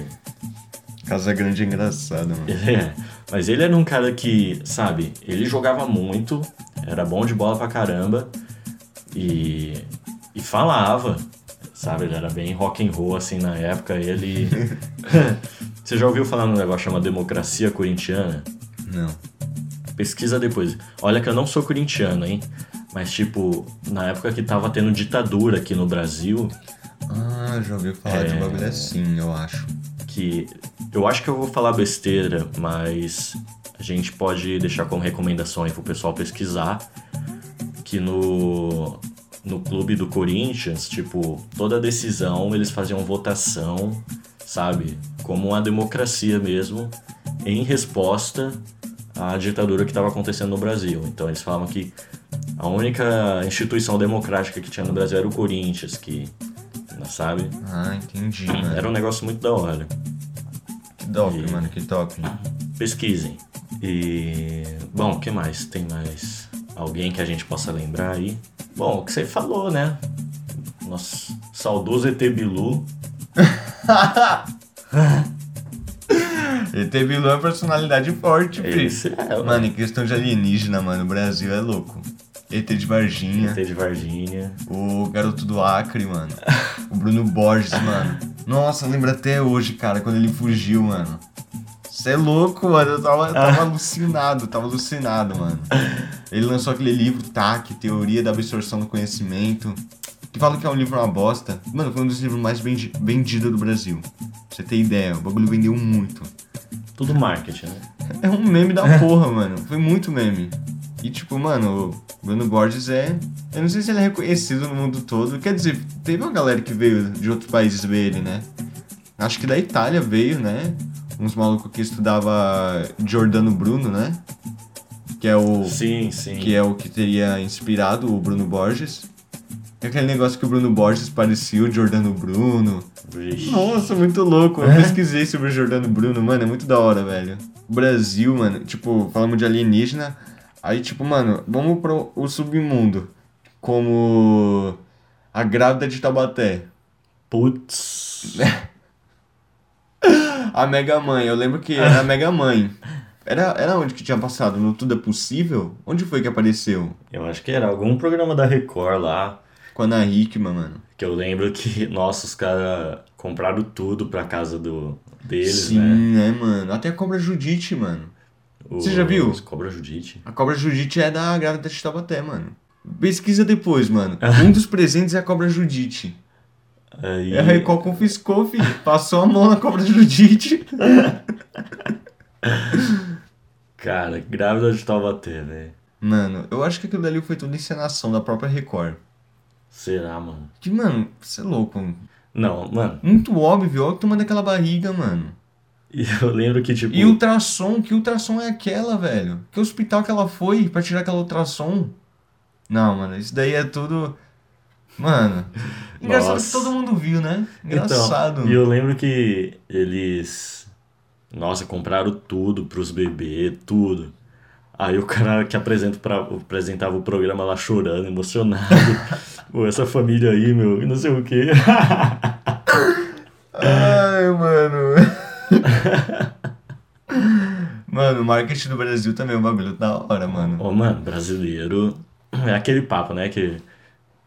S2: Casa Grande é engraçado, mano.
S1: É, mas ele era um cara que, sabe, ele jogava muito, era bom de bola pra caramba e, e falava, sabe, ele era bem rock and roll assim na época, ele Você já ouviu falar num negócio chamado democracia corintiana?
S2: Não.
S1: Pesquisa depois. Olha que eu não sou corintiano, hein? Mas tipo, na época que tava tendo ditadura aqui no Brasil,
S2: Ah, já ouvi falar
S1: É.
S2: de um bagulho assim, eu acho.
S1: que eu acho que eu vou falar besteira, mas a gente pode deixar como recomendação aí pro pessoal pesquisar que no no clube do Corinthians, tipo, toda decisão eles faziam votação, sabe? Como uma democracia mesmo, em resposta à ditadura que estava acontecendo no Brasil. Então eles falavam que a única instituição democrática que tinha no Brasil era o Corinthians, que, sabe?
S2: Ah, entendi, mano.
S1: Era um negócio muito da hora.
S2: Que top, mano, que top.
S1: pesquisem. E bom, o que mais? Tem mais alguém que a gente possa lembrar aí? Bom, o que você falou, né? Nosso saudoso ET Bilu.
S2: ET Bilu é uma personalidade forte, filho.
S1: Esse é o
S2: Mano, em questão de alienígena, mano, o Brasil é louco. ET de Varginha,
S1: ET de Varginha.
S2: o garoto do Acre, mano. O Bruno Borges, mano. Nossa, lembra até hoje, cara, quando ele fugiu, mano. Você é louco, mano. Eu tava, tava alucinado, tava alucinado, mano. Ele lançou aquele livro, TAC, Teoria da Absorção do Conhecimento. Que fala que é um livro uma bosta. Mano, foi um dos livros mais vendi- vendidos do Brasil. Pra você ter ideia, o bagulho vendeu muito.
S1: Tudo marketing, né?
S2: É um meme da porra, mano. Foi muito meme. E tipo, mano, o Bruno Borges é. Eu não sei se ele é reconhecido no mundo todo. Quer dizer, teve uma galera que veio de outros países ver ele, né? Acho que da Itália veio, né? Uns malucos que estudava Giordano Bruno, né? Que é o.
S1: Sim, sim.
S2: Que é o que teria inspirado o Bruno Borges. É aquele negócio que o Bruno Borges parecia o Giordano Bruno.
S1: Vixe.
S2: Nossa, muito louco. Eu pesquisei sobre o Jordano Bruno, mano, é muito da hora, velho. O Brasil, mano, tipo, falamos de alienígena. Aí, tipo, mano, vamos pro o submundo. Como a grávida de Taubaté.
S1: Putz.
S2: A Mega Mãe, eu lembro que era a Mega Mãe. Era, era onde que tinha passado? No Tudo é Possível? Onde foi que apareceu?
S1: Eu acho que era algum programa da Record lá.
S2: Com a Ana Hickman, mano.
S1: Que eu lembro que, nossa, os caras compraram tudo pra casa do, deles,
S2: Sim,
S1: né?
S2: né, mano? Até a Cobra Judite, mano. Você já viu?
S1: Os Cobra Judite.
S2: A cobra Judite é da grávida de Taubaté, mano. Pesquisa depois, mano. Um dos presentes é a cobra Judite.
S1: Aí...
S2: E É a Record confiscou, filho. Passou a mão na cobra Judite.
S1: Cara, grávida de Taubaté, velho.
S2: Mano, eu acho que aquilo dali foi tudo encenação da própria Record.
S1: Será, mano?
S2: Que, mano, você é louco. Um
S1: Não, mano.
S2: Muito óbvio, ó, que tomando aquela barriga, mano.
S1: E eu lembro que, tipo.
S2: E ultrassom, que ultrassom é aquela, velho? Que hospital que ela foi pra tirar aquela ultrassom? Não, mano, isso daí é tudo. Mano. Engraçado
S1: Nossa.
S2: que todo mundo viu, né?
S1: Então,
S2: Engraçado.
S1: e eu lembro que eles. Nossa, compraram tudo pros bebês, tudo. Aí o cara que apresenta pra, apresentava o programa lá chorando, emocionado. Pô, essa família aí, meu, não sei o quê.
S2: Ai, mano. mano, o marketing do Brasil também é um bagulho da hora, mano.
S1: Ô, mano, brasileiro. É aquele papo, né? Que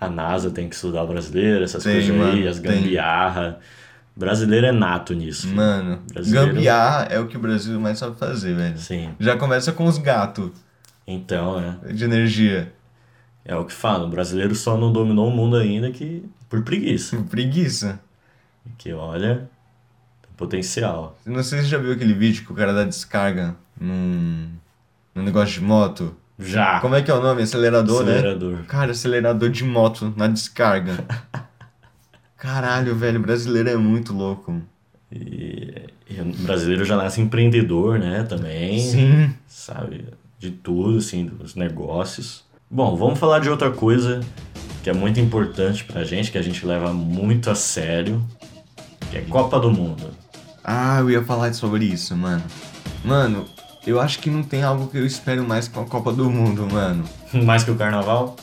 S1: a NASA tem que estudar o brasileiro, essas
S2: Tem,
S1: coisas aí,
S2: mano,
S1: as
S2: tem.
S1: gambiarra. Brasileiro é nato nisso.
S2: Mano,
S1: Brasileiro.
S2: gambiarra é o que o Brasil mais sabe fazer, velho.
S1: Sim.
S2: Já começa com os gatos
S1: Então, né?
S2: de energia.
S1: É o que falo, o brasileiro só não dominou o mundo ainda que por preguiça.
S2: Preguiça.
S1: Que olha, tem potencial.
S2: Não sei se você já viu aquele vídeo que o cara dá descarga num, num negócio de moto.
S1: Já!
S2: Como é que é o nome? Acelerador,
S1: Acelerador.
S2: né? Cara, acelerador de moto na descarga. Caralho, velho, brasileiro é muito louco.
S1: E, e o brasileiro já nasce empreendedor, né? Também.
S2: Sim.
S1: Sabe? De tudo, assim, dos negócios. Bom, vamos falar de outra coisa que é muito importante pra gente, que a gente leva muito a sério, que é Copa do Mundo.
S2: Ah, eu ia falar sobre isso, mano. Mano, eu acho que não tem algo que eu espero mais com a Copa do Mundo, mano.
S1: Mais que o carnaval?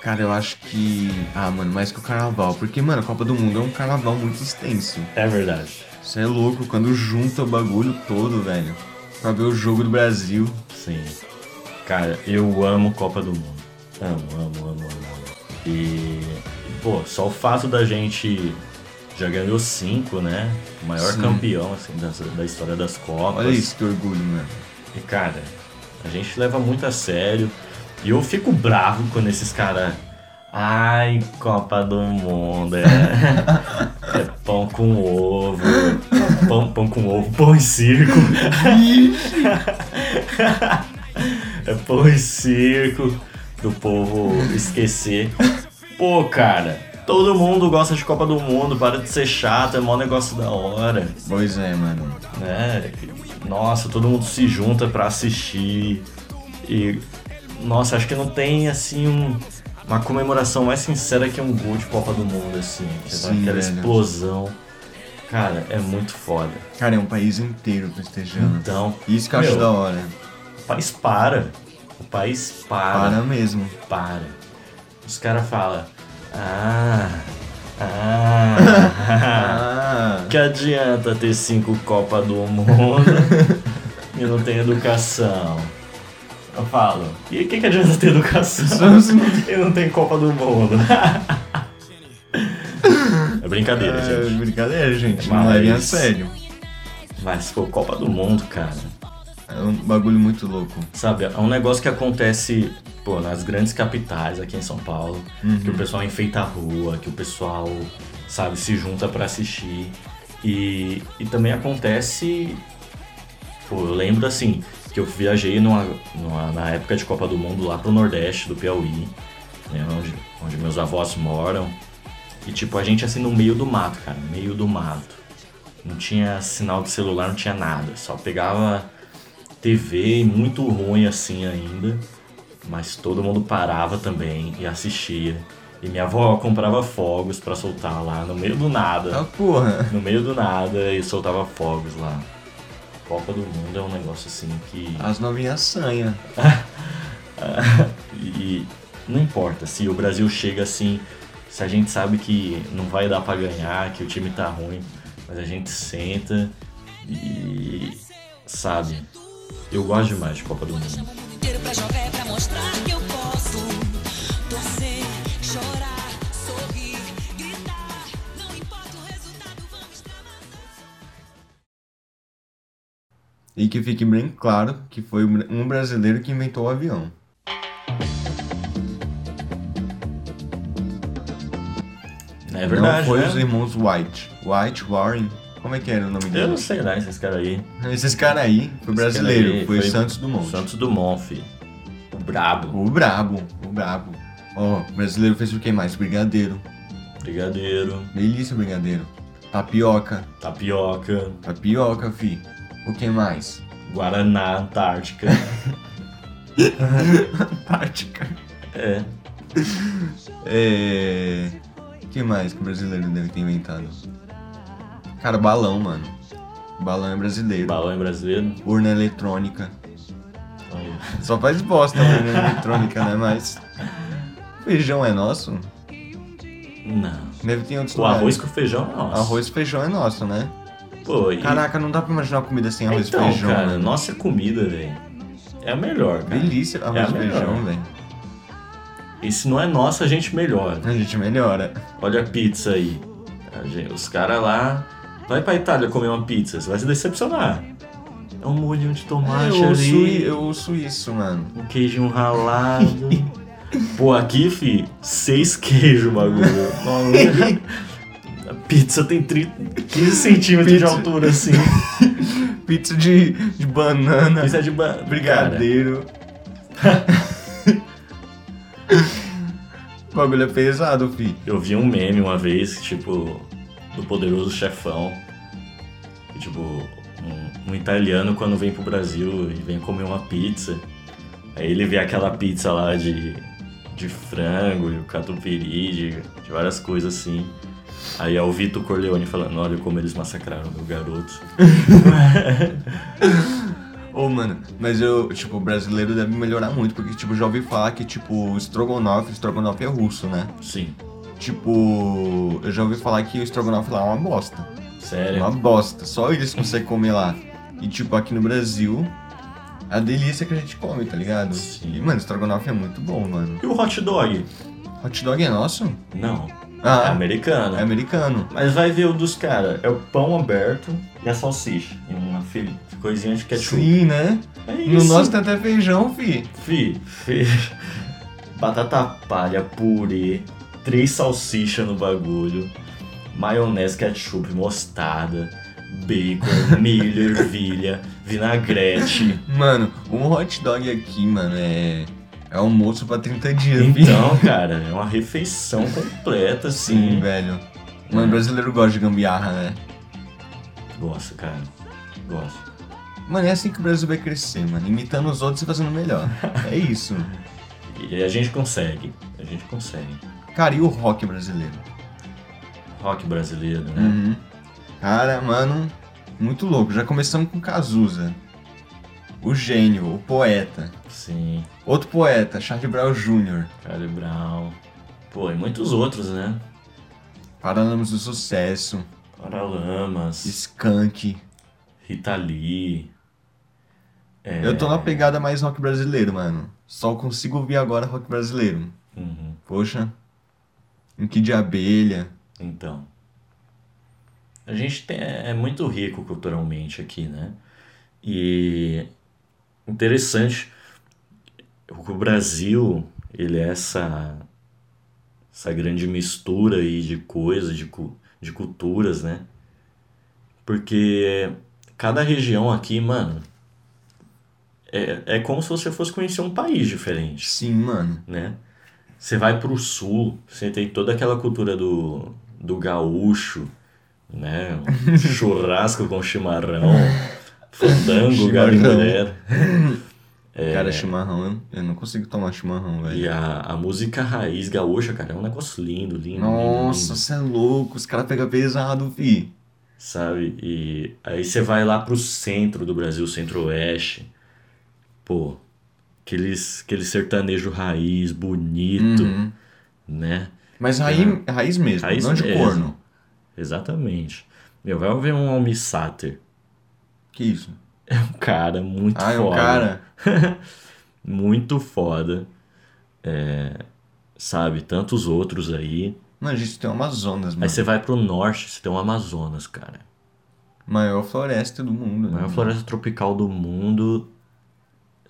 S2: Cara, eu acho que. Ah, mano, mais que o carnaval. Porque, mano, a Copa do Mundo é um carnaval muito extenso.
S1: É verdade.
S2: Isso é louco quando junta o bagulho todo, velho. Pra ver o jogo do Brasil.
S1: Sim. Cara, eu amo Copa do Mundo. Amo, amo, amo, amo. amo. E, pô, só o fato da gente já ganhou cinco, né? O maior
S2: Sim.
S1: campeão, assim, da, da história das Copas.
S2: Olha isso, que orgulho, mano.
S1: E, cara, a gente leva muito a sério. E eu fico bravo quando esses caras. Ai, Copa do Mundo, é. é pão com ovo. Pão, pão com ovo, pão e circo. é pão e circo do povo esquecer. Pô, cara, todo mundo gosta de Copa do Mundo, para de ser chato, é mó negócio da hora
S2: Pois é, mano.
S1: né? Nossa, todo mundo se junta pra assistir. E nossa, acho que não tem assim um- uma comemoração mais sincera que um gol de Copa do Mundo assim, que dá
S2: Sim,
S1: aquela
S2: velho.
S1: explosão. Cara, é muito foda.
S2: Cara, é um país inteiro festejando.
S1: Então,
S2: Isso que eu acho
S1: Meu.
S2: da hora.
S1: o país para. O país
S2: Para
S1: para.
S2: mesmo.
S1: Para. Os caras falam: "Ah, ah,
S2: Ah,
S1: Que adianta ter cinco Copa do Mundo e não ter educação? Eu falo, e o que, que adianta ter educação e não tem Copa do Mundo? é brincadeira,
S2: é
S1: gente.
S2: brincadeira, gente. Não
S1: Mas-
S2: levem a sério.
S1: Mas, pô, Copa do Mundo, cara,
S2: É um bagulho muito louco.
S1: sabe, é um negócio que acontece, pô, nas grandes capitais aqui em São Paulo, que o pessoal enfeita a rua, que o pessoal, sabe, se junta pra assistir. E, e também acontece. Pô, eu lembro assim, que eu viajei numa, numa- na época de Copa do Mundo lá pro Nordeste do Piauí, né, onde, onde meus avós moram. E tipo, a gente assim no meio do mato, cara, meio do mato. Não tinha sinal de celular, não tinha nada. Só pegava TV, muito ruim assim ainda. Mas todo mundo parava também e assistia. E minha avó comprava fogos pra soltar lá no meio do nada
S2: Ah, porra.
S1: no meio do nada e soltava fogos lá. Copa do Mundo é um negócio assim que.
S2: As novinhas sanha.
S1: E não importa se o Brasil chega assim, se a gente sabe que não vai dar pra ganhar, que o time tá ruim, mas a gente senta e. sabe. Eu gosto demais de Copa do Mundo.
S8: inteiro pra jogar é pra mostrar que eu posso torcer, chorar, sorrir, gritar. Não importa o resultado, vamos pra
S2: E que fique bem claro que foi um brasileiro que inventou o avião.
S1: É verdade.
S2: não foi
S1: né?
S2: os irmãos White. White, Warren. Como é que era o nome
S1: Eu não
S2: deles?
S1: sei lá, esses caras aí.
S2: Esses caras aí, foi
S1: Esse
S2: brasileiro,
S1: cara aí
S2: foi, Santos Dumont.
S1: Santos Dumont, filho. O brabo.
S2: O brabo, o brabo. Ó, o brasileiro fez o que mais? Brigadeiro.
S1: Brigadeiro,
S2: Delícia, brigadeiro. Tapioca,
S1: tapioca,
S2: tapioca, fi. O que mais?
S1: Guaraná, Antártica.
S2: Antártica.
S1: é.
S2: É. O que mais que o brasileiro deve ter inventado? Cara, balão, mano. Balão é brasileiro.
S1: Balão em brasileiro.
S2: Urna eletrônica.
S1: Aí.
S2: Só faz bosta a urna eletrônica, né? Mas. Feijão é nosso?
S1: Não.
S2: Deve ter outros
S1: O
S2: lugares.
S1: arroz com feijão é nosso.
S2: Arroz e feijão é nosso, né?
S1: Pô, e-
S2: Caraca, não dá pra imaginar comida sem arroz
S1: então,
S2: e feijão,
S1: cara,
S2: né?
S1: nossa comida, velho. É a melhor, cara.
S2: Delícia arroz
S1: É a
S2: e feijão,
S1: melhor.
S2: velho.
S1: E se não é nossa, a gente melhora.
S2: A gente melhora.
S1: Olha a pizza aí. A gente- Os caras lá. Vai pra Itália comer uma pizza, você vai se decepcionar. É um molhinho de tomate
S2: eu, ouço,
S1: ali,
S2: É, eu ouço isso, mano.
S1: um queijinho ralado. Pô, aqui, fi, seis queijos o bagulho. Maluco. A pizza tem 30, 15 centímetros de
S2: Pizza.
S1: altura, assim.
S2: Pizza de, de banana,
S1: Pizza de ba...
S2: brigadeiro. o bagulho é pesado, fi.
S1: Eu vi um meme uma vez, tipo, do poderoso chefão. Que, tipo, um, um italiano quando vem pro Brasil e vem comer uma pizza. Aí ele vê aquela pizza lá de, de frango, de catupiry, de, de várias coisas assim. Aí é o Vitor Corleone falando, olha como eles massacraram meu garoto.
S2: Ô, mano, mas eu, tipo, o brasileiro deve melhorar muito, porque, tipo, já ouvi falar que, tipo, o estrogonofe, estrogonofe é russo, né?
S1: Sim,
S2: Tipo, eu já ouvi falar que o estrogonofe lá é uma bosta.
S1: sério.
S2: Uma bosta. Só eles conseguem comer lá. E, tipo, aqui no Brasil, a delícia que a gente come, tá ligado?
S1: Sim.
S2: E, mano, estrogonofe é muito bom, mano.
S1: E o hot dog?
S2: Hot dog é nosso?
S1: Não, é
S2: Ah,
S1: americano.
S2: é americano.
S1: Mas vai ver o dos caras. É o pão aberto e a salsicha. E uma fil- coisinha de ketchup.
S2: Sim, né?
S1: É
S2: No
S1: isso.
S2: nosso tem até feijão, fi.
S1: Fi, fi. Batata palha, purê, três salsichas no bagulho, maionese, ketchup, mostarda, bacon, milho, ervilha, vinagrete.
S2: Mano, um hot dog aqui, mano, é. É almoço pra 30 dias, fi.
S1: Então, cara, é uma refeição completa,
S2: Sim,
S1: assim.
S2: velho. Mano, brasileiro gosta de gambiarra, né?
S1: Gosto, cara. Gosto.
S2: Mano, é assim que o Brasil vai crescer, mano. Imitando os outros e fazendo melhor. É isso.
S1: E a gente consegue. A gente consegue.
S2: Cara, e o rock brasileiro?
S1: Rock brasileiro, né?
S2: Uhum. Cara, mano, muito louco. Já começamos com Cazuza. O gênio, o poeta.
S1: Sim.
S2: Outro poeta, Charlie Brown Jr.
S1: Charlie Brown. Pô, e muitos outros, né?
S2: Paralamas do Sucesso,
S1: Paralamas,
S2: Skunk.
S1: Rita Lee. É,
S2: Eu tô na pegada mais rock brasileiro, mano. Só consigo ouvir agora rock brasileiro.
S1: Uhum,
S2: Poxa. Um que de abelha.
S1: Então. A gente tem, é muito rico culturalmente aqui, né? E interessante o Brasil, ele é essa essa grande mistura aí de coisas, de, cu- de culturas, né? Porque cada região aqui, mano, é, é como se você fosse conhecer um país diferente.
S2: Sim, mano.
S1: né? Você vai pro sul, você tem toda aquela cultura do, do gaúcho, né? Um Churrasco com chimarrão, fandango,
S2: Chimarrão.
S1: garimbeira.
S2: Cara, chimarrão, eu eu não consigo tomar chimarrão, velho.
S1: É. E a, a música raiz gaúcha, cara, é um negócio lindo, lindo, lindo,
S2: Nossa,
S1: lindo.
S2: você é louco. Os caras pegam pesado, fi.
S1: Sabe? E aí você vai lá pro centro do Brasil, centro-oeste. Pô, aqueles, aquele sertanejo raiz, bonito,
S2: Uhum.
S1: né?
S2: Mas raiz, raiz mesmo,
S1: Raiz
S2: não de
S1: mesmo.
S2: corno.
S1: Exatamente. Meu, vai ver um Almi Sater.
S2: Que isso?
S1: um cara muito
S2: Ah, é um
S1: foda.
S2: cara.
S1: Muito foda. É, sabe, tantos outros aí.
S2: Mano, a gente tem o Amazonas,
S1: Aí
S2: mano.
S1: você vai pro norte, você tem o Amazonas, cara. É
S2: Maior floresta do mundo.
S1: A maior
S2: né?
S1: floresta tropical do mundo,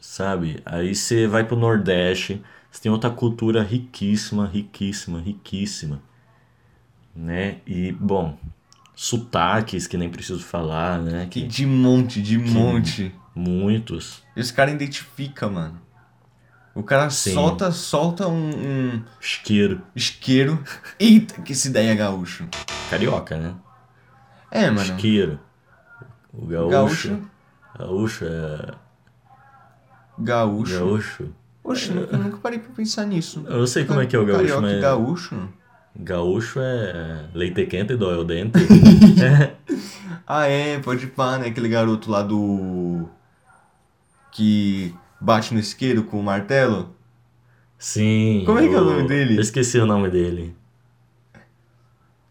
S1: sabe? Aí você vai pro nordeste, você tem outra cultura riquíssima, riquíssima, riquíssima. Né? E, bom, sotaques que nem preciso falar, né?
S2: Que
S1: Que
S2: de monte, de monte.
S1: muitos.
S2: E os caras identificam, mano. O cara
S1: Sim.
S2: solta, solta um, um
S1: Chiqueiro,
S2: isqueiro. Eita, que esse daí é gaúcho.
S1: carioca, né?
S2: É, mano.
S1: Chiqueiro. O gaúcho.
S2: Gaúcho.
S1: Gaúcho é.
S2: Gaúcho.
S1: Gaúcho.
S2: Oxe, eu nunca parei pra pensar nisso.
S1: Eu não sei como é que é o gaúcho,
S2: Carioca e
S1: mas.
S2: gaúcho?
S1: Gaúcho é leite quente dói o dente.
S2: Ah, é, pode pá, né? Aquele garoto lá do. Que bate no isqueiro com o martelo.
S1: Sim.
S2: Como é que é o nome dele?
S1: Eu esqueci o nome dele.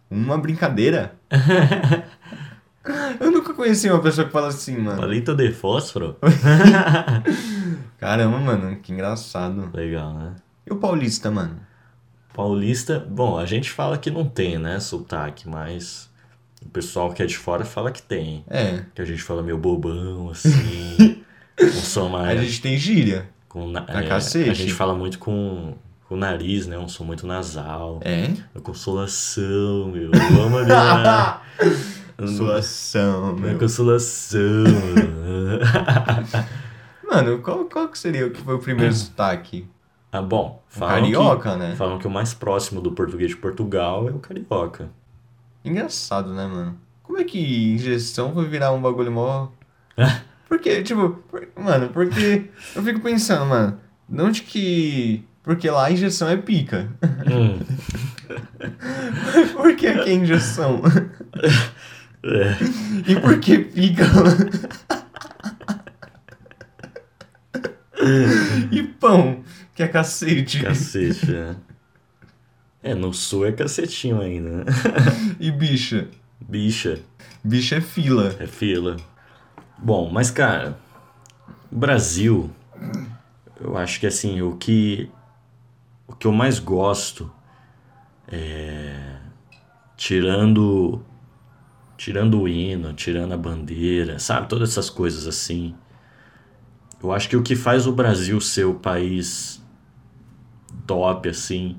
S2: Uma brincadeira. Eu nunca conheci uma pessoa que fala assim, mano.
S1: Palito de fósforo?
S2: Caramba, mano, que engraçado.
S1: Legal, né?
S2: E o paulista, mano?
S1: Paulista, bom, a gente fala que não tem, né, sotaque, mas o pessoal que é de fora fala que tem.
S2: É.
S1: Que a gente fala meio bobão, assim, com som
S2: A
S1: mais...
S2: gente tem gíria.
S1: com na-
S2: Pra
S1: é,
S2: cacete.
S1: A gente fala muito com, com o nariz, né, um som muito nasal.
S2: É?
S1: A consolação, meu, eu amo a minha...
S2: Suação,
S1: Minha
S2: meu.
S1: consolação.
S2: Mano, qual, qual que seria o que foi o primeiro sotaque?
S1: ah, bom, falam
S2: Carioca,
S1: que,
S2: né?
S1: falam que o mais próximo do português de Portugal é o carioca.
S2: Engraçado, né, mano? Como é que injeção foi virar um bagulho mó. Porque, tipo, por- mano, porque. Eu fico pensando, mano, de onde que. Porque lá a injeção é pica.
S1: Hum,
S2: Por que aqui é injeção?
S1: é.
S2: E por que pica? E pão, que é cacete.
S1: Cacete, né? É, no sul é cacetinho ainda, né?
S2: E bicha.
S1: Bicha,
S2: Bicha é fila.
S1: é fila. Bom, mas cara, o Brasil, eu acho que assim, o que o que eu mais gosto é tirando tirando o hino, tirando a bandeira, sabe, todas essas coisas assim. Eu acho que o que faz o Brasil ser o país top assim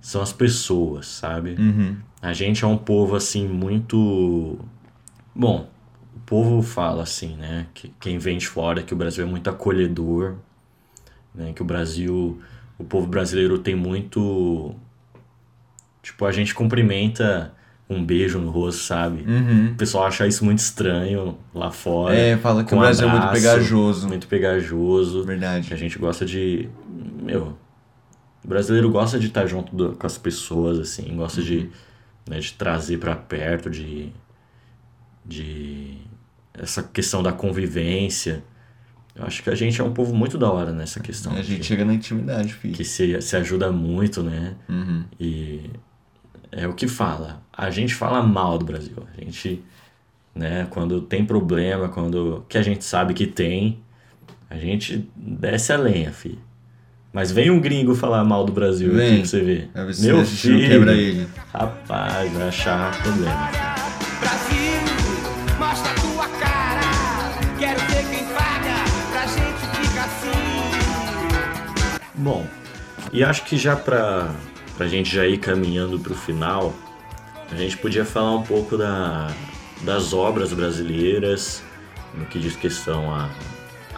S1: são as pessoas, sabe?
S2: Uhum.
S1: A gente é um povo assim muito. Bom, o povo fala assim, né? Que quem vem de fora que o Brasil é muito acolhedor, né? Que o Brasil, o povo brasileiro tem muito. Tipo, a gente cumprimenta um beijo no rosto, sabe?
S2: Uhum.
S1: O pessoal acha isso muito estranho lá fora.
S2: É, fala que
S1: com
S2: o Brasil é muito
S1: abraço,
S2: pegajoso. É
S1: Muito pegajoso.
S2: Verdade.
S1: A gente gosta de. Meu. O brasileiro gosta de estar junto do- com as pessoas, assim, gosta
S2: Uhum.
S1: de, né, de trazer pra perto, de. de. essa questão da convivência. Eu acho que a gente é um povo muito da hora nessa questão.
S2: A gente
S1: que-
S2: chega na intimidade,
S1: que,
S2: filho.
S1: se, se ajuda muito, né?
S2: Uhum.
S1: E. é o que fala. A gente fala mal do Brasil. A gente. né, quando tem problema, quando. que a gente sabe que tem, a gente desce a lenha, filho. Mas vem um gringo falar mal do Brasil
S2: Vem.
S1: aqui pra você ver.
S2: Pra ver se
S1: Meu
S2: a gente não
S1: filho,
S2: quebra ele.
S1: rapaz, vai achar problema.
S9: Brasil, mostra a tua cara. Quero ver quem paga. Pra gente fica assim.
S1: Bom, e acho que já pra, pra gente já ir caminhando pro final, a gente podia falar um pouco da, das obras brasileiras, no que diz questão a,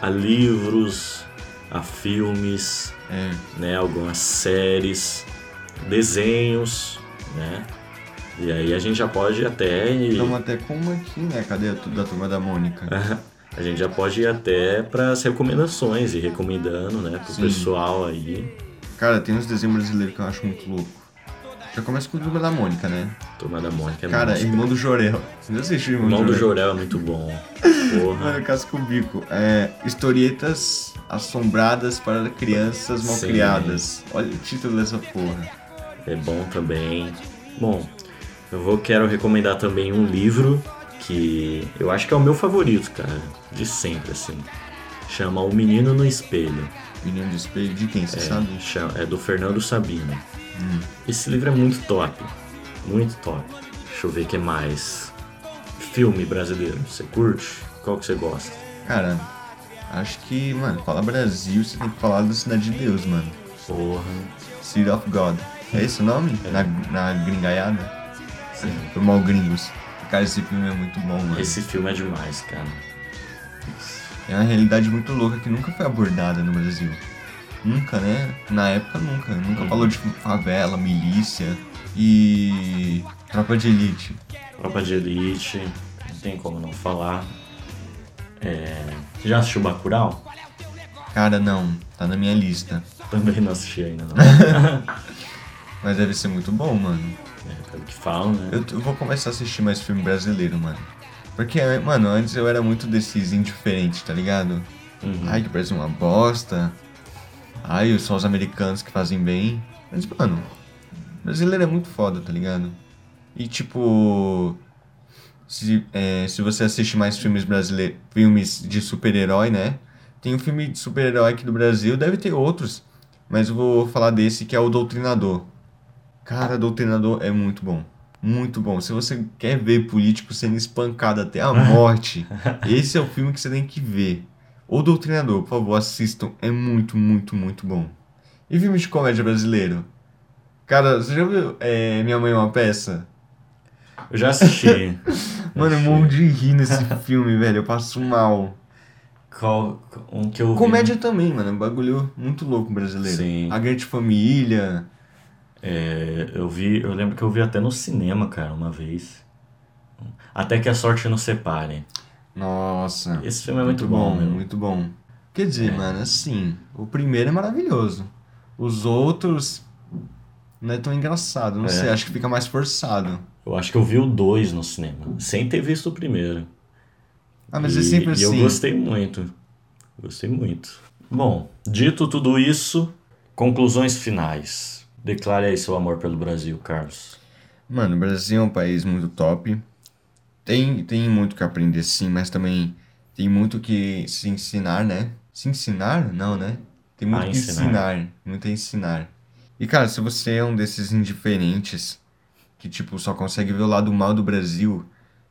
S1: a livros, a filmes,
S2: É.
S1: né, algumas séries, desenhos, né? E aí a gente já pode ir até
S2: Estamos até com uma aqui, né? Cadê a tu- da turma da Mônica?
S1: a gente já pode ir até para as recomendações e recomendando, né, pro
S2: Sim.
S1: pessoal aí,
S2: Cara, tem uns desenhos brasileiros que eu acho muito louco. Já começa com a turma da Mônica, né?
S1: Turma da Mônica. é
S2: Cara,
S1: muito-
S2: Irmão do Jorel. Você não assistiu Irmão,
S1: Irmão
S2: do
S1: do
S2: Jorel?
S1: Jorel é muito bom.
S2: Mano,
S1: Porra.
S2: casca o bico. É, historietas assombradas para crianças mal
S1: Sim.
S2: criadas. Olha o título dessa porra.
S1: É bom também. Bom, eu vou quero recomendar também um livro que eu acho que é o meu favorito, cara, de sempre assim. Chama O Menino no Espelho.
S2: Menino de espelho de quem, você sabe?
S1: Cha- É do Fernando Sabino. Esse livro é muito top. Muito top. Deixa eu ver o que mais. Filme brasileiro, você curte? Qual que você gosta?
S2: Cara, acho que, mano, falar Brasil, você tem que falar da Cidade de Deus, mano.
S1: Porra.
S2: City of God. É esse o nome? Na, na gringaiada?
S1: Sim.
S2: Foi mal gringos. Cara, esse filme é muito bom, mano.
S1: Esse filme é demais, cara.
S2: É uma realidade muito louca que nunca foi abordada no Brasil. Nunca, né? Na época, nunca. Nunca falou de favela, milícia e tropa de elite.
S1: Tropa de Elite, não tem como não falar. É... Já assistiu Bacurau?
S2: Cara, não. Tá na minha lista.
S1: Também não assisti ainda não.
S2: Mas deve ser muito bom, mano.
S1: É, pelo que falam, né?
S2: Eu, t- eu vou começar a assistir mais filme brasileiro, mano. Porque, eh, mano, antes eu era muito desses indiferente, tá ligado? Ai, que parece uma bosta. Ai, só os americanos que fazem bem. Mas, mano, brasileiro é muito foda, tá ligado? E, tipo, se, eh, se você assiste mais filmes brasileiros, filmes de super-herói, né? Tem um filme de super-herói aqui do Brasil, deve ter outros, mas eu vou falar desse que é o Doutrinador. Cara, Doutrinador é muito bom. Muito bom. Se você quer ver político sendo espancado até a morte, esse é o filme que você tem que ver. O Doutrinador, por favor, assistam. É muito, muito, muito bom. E filmes de comédia brasileiro? Cara, você já viu é, Minha Mãe é uma Peça?
S1: Eu já assisti.
S2: Mano, eu morro de rir nesse filme, velho. Eu passo mal.
S1: Qual, um que eu vi-
S2: Comédia também, mano. é um Bagulho muito louco brasileiro.
S1: Sim.
S2: A Grande Família.
S1: É, eu vi, eu lembro que eu vi até no cinema, cara, uma vez. Até que a sorte nos separe.
S2: Nossa.
S1: Esse filme é muito, bom, É. meu.
S2: muito bom. Quer dizer, mano, assim, o primeiro é maravilhoso. Os outros não é tão engraçado, não
S1: É.
S2: sei, acho que fica mais forçado.
S1: Eu acho que eu vi o dois no cinema, sem ter visto o primeiro.
S2: Ah, mas
S1: e,
S2: é sempre
S1: e eu
S2: assim.
S1: gostei muito. Gostei muito. Bom, dito tudo isso, conclusões finais. Declare aí seu amor pelo Brasil, Carlos.
S2: Mano, o Brasil é um país muito top. Tem, tem muito que aprender, sim, mas também tem muito que se ensinar, né? Se ensinar? Não, né? Tem muito
S1: Ah,
S2: que
S1: ensinar.
S2: ensinar. Muito a ensinar. E, cara, se você é um desses indiferentes que, tipo, só consegue ver o lado mal do Brasil,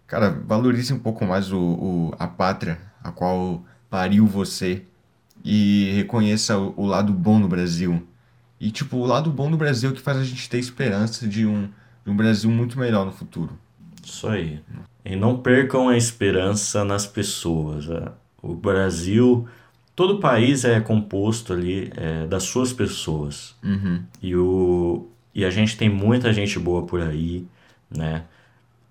S2: cara, valorize um pouco mais o, o- a pátria a qual pariu você e reconheça o, o lado bom do Brasil. E, tipo, o lado bom do Brasil é que faz a gente ter esperança de um, de um Brasil muito melhor no futuro.
S1: Isso aí. E não percam a esperança nas pessoas. a- O Brasil, todo país é composto ali é, das suas pessoas.
S2: Uhum.
S1: E, o, e a gente tem muita gente boa por aí, né?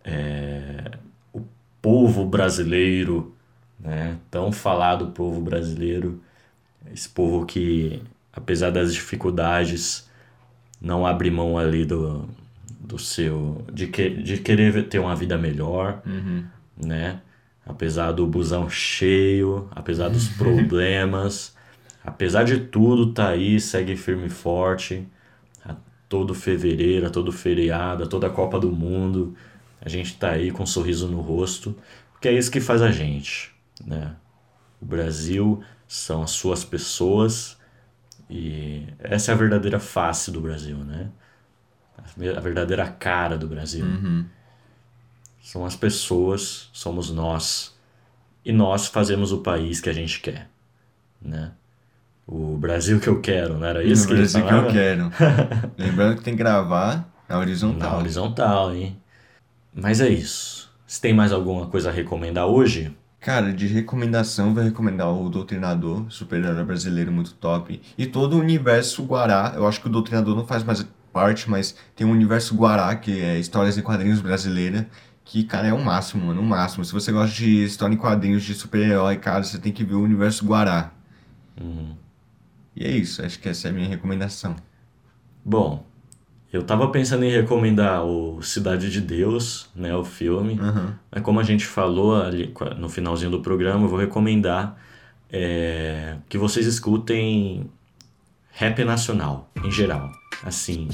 S1: É, o povo brasileiro, né? Tão falado povo brasileiro, esse povo que, apesar das dificuldades, não abre mão ali do, do seu. De, que, de querer ter uma vida melhor, né? Apesar do busão cheio, apesar dos problemas, apesar de tudo, tá aí, segue firme e forte. A todo fevereiro, a todo feriado, a toda a Copa do Mundo, a gente tá aí com um sorriso no rosto, porque é isso que faz a gente, né? O Brasil são as suas pessoas e essa é a verdadeira face do Brasil, né? A verdadeira cara do Brasil.
S2: Uhum.
S1: São as pessoas, somos nós. E nós fazemos o país que a gente quer, né? O Brasil que eu quero, não era É isso
S2: no
S1: que ele
S2: Uhum. Brasil que eu
S1: falava?
S2: quero. Lembrando que tem que gravar na horizontal.
S1: Na horizontal, hein? Mas é isso. Se tem mais alguma coisa a recomendar hoje?
S2: Cara, de recomendação, vou recomendar o Doutrinador, super-herói brasileiro muito top. E todo o universo Guará, eu acho que o Doutrinador não faz mais parte, mas tem o universo Guará, que é histórias em quadrinhos brasileira, que, cara, é o máximo, mano, o máximo. Se você gosta de história em quadrinhos de super-herói, cara, você tem que ver o universo Guará.
S1: Uhum.
S2: E é isso, acho que essa é a minha recomendação.
S1: Bom, eu tava pensando em recomendar o Cidade de Deus, né, o filme.
S2: Aham.
S1: Mas como a gente falou ali qua- no finalzinho do programa, eu vou recomendar é, que vocês escutem rap nacional, em geral. Assim,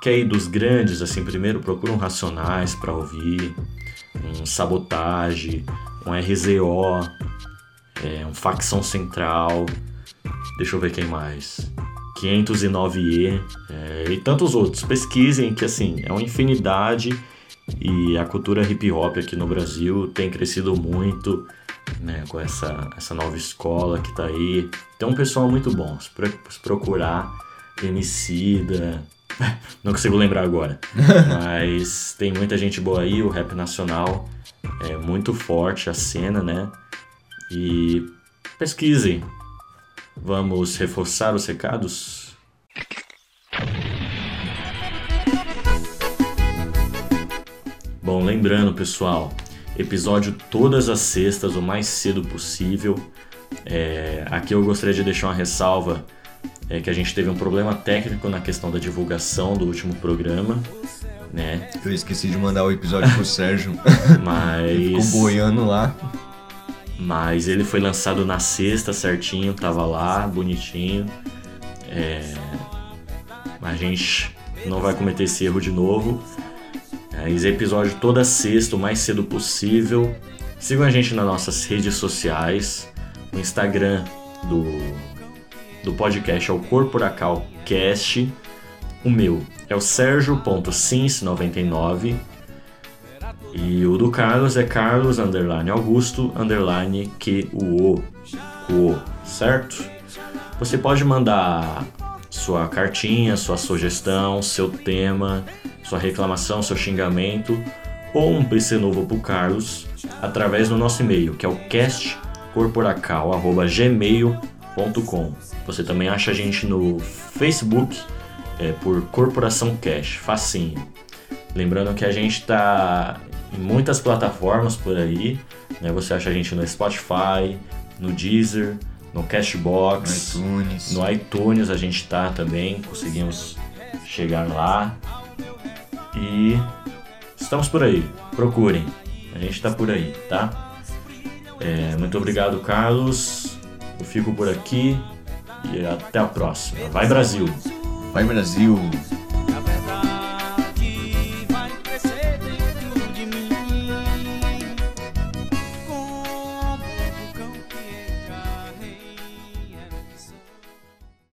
S1: quer ir dos grandes, assim, primeiro procuram Racionais pra ouvir, um Sabotage, um RZO, é, um Facção Central, deixa eu ver quem mais... 509E é, e tantos outros. Pesquisem que assim, é uma infinidade e a cultura hip hop aqui no Brasil tem crescido muito, né, com essa, essa nova escola que tá aí. Tem um pessoal muito bom, se, pro- se procurar, Emicida, não consigo lembrar agora, mas tem muita gente boa aí, o rap nacional é muito forte, a cena, né, e pesquisem. Vamos reforçar os recados? Bom, lembrando, pessoal, episódio todas as sextas, o mais cedo possível. É, aqui eu gostaria de deixar uma ressalva é que a gente teve um problema técnico na questão da divulgação do último programa, né?
S10: Eu esqueci de mandar o episódio pro Sérgio. Ficou
S1: Mas.
S10: boiando lá.
S1: Mas ele foi lançado na sexta certinho, tava lá, bonitinho. É, A gente não vai cometer esse erro de novo. É, esse episódio toda sexta, o mais cedo possível. Sigam a gente nas nossas redes sociais. O Instagram do, do podcast é o CorporacalCast. O meu é o sergio.sins99. E o do Carlos é Carlos underline Augusto underline que o certo? Você pode mandar sua cartinha, sua sugestão, seu tema, sua reclamação, seu xingamento ou um PC novo pro Carlos através do nosso e-mail, que é o castcorporacal@gmail.com. Você também acha a gente no Facebook é, por Corporação Cash, facinho. Lembrando que a gente tá em muitas plataformas por aí. Né? Você acha a gente no Spotify, no Deezer, no Cashbox,
S10: iTunes.
S1: no iTunes a gente tá também. Conseguimos chegar lá. E estamos por aí. Procurem. A gente tá por aí, tá? É, muito obrigado, Carlos. Eu fico por aqui. E até a próxima. Vai, Brasil!
S10: Vai Brasil!